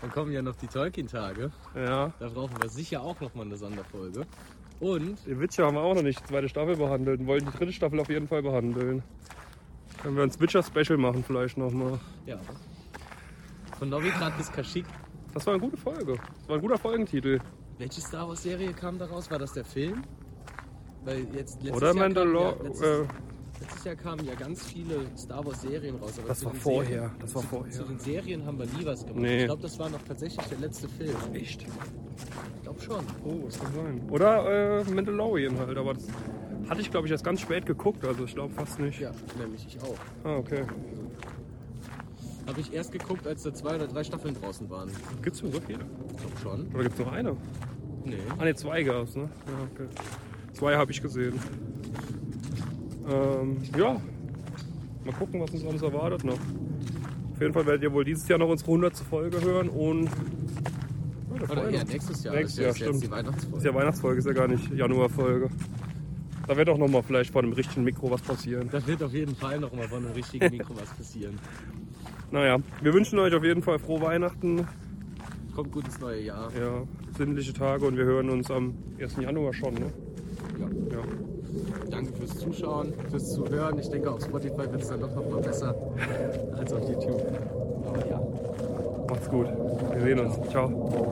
B: dann kommen ja noch die Tolkien-Tage.
A: Ja.
B: Da brauchen wir sicher auch nochmal eine Sonderfolge. Und
A: Die Witcher haben wir auch noch nicht die zweite Staffel behandelt und wollen die dritte Staffel auf jeden Fall behandeln. Können wir ein Witcher-Special machen vielleicht nochmal.
B: ja, von Novigrad bis Kashyyyk.
A: Das war eine gute Folge. Das war ein guter Folgentitel.
B: Welche Star Wars-Serie kam daraus? War das der Film? Weil jetzt letztes
A: Oder
B: Jahr kam
A: Mandalor.
B: Ja, letztes,
A: äh,
B: letztes Jahr kamen ja ganz viele Star Wars-Serien raus. Aber
A: Das
B: zu
A: war
B: den
A: vorher,
B: Serien,
A: das war
B: zu,
A: vorher.
B: Zu den Serien haben wir nie was gemacht.
A: Nee.
B: Ich glaube, das war noch tatsächlich der letzte Film.
A: echt?
B: Ich glaube schon.
A: Oh, das kann sein. Oder äh, Mandalorian halt, aber das hatte ich glaube ich erst ganz spät geguckt, also ich glaube fast nicht.
B: Ja, nämlich ich auch.
A: Ah, okay.
B: Habe ich erst geguckt, als da zwei oder drei Staffeln draußen waren. Ich
A: Gibt's denn so viele?
B: glaube schon.
A: Oder gibt's noch eine?
B: Nee.
A: Ah ne, zwei gab's, ne? Ja, okay. Zwei habe ich gesehen. Ähm, ja. Mal gucken, was uns alles erwartet noch. Auf jeden Fall werdet ihr wohl dieses Jahr noch unsere 100. Folge hören und. Ja, da
B: Oder
A: freuen
B: eher
A: uns.
B: nächstes Jahr.
A: Nächstes
B: das ist
A: Jahr,
B: jetzt die
A: stimmt.
B: Weihnachtsfolge.
A: Ist ja Weihnachtsfolge, ist ja gar nicht Januarfolge. Da wird auch nochmal vielleicht vor dem richtigen Mikro was passieren.
B: Da wird auf jeden Fall noch mal von einem richtigen Mikro was passieren.
A: Naja, wir wünschen euch auf jeden Fall frohe Weihnachten,
B: Kommt gut ins neue Jahr.
A: ja, sinnliche Tage und wir hören uns am 1. Januar schon. Ne?
B: Ja.
A: Ja.
B: Danke fürs Zuschauen, fürs Zuhören. Ich denke, auf Spotify wird es dann doch noch mal besser als auf YouTube. Aber ja.
A: Macht's gut. Wir sehen uns. Ciao.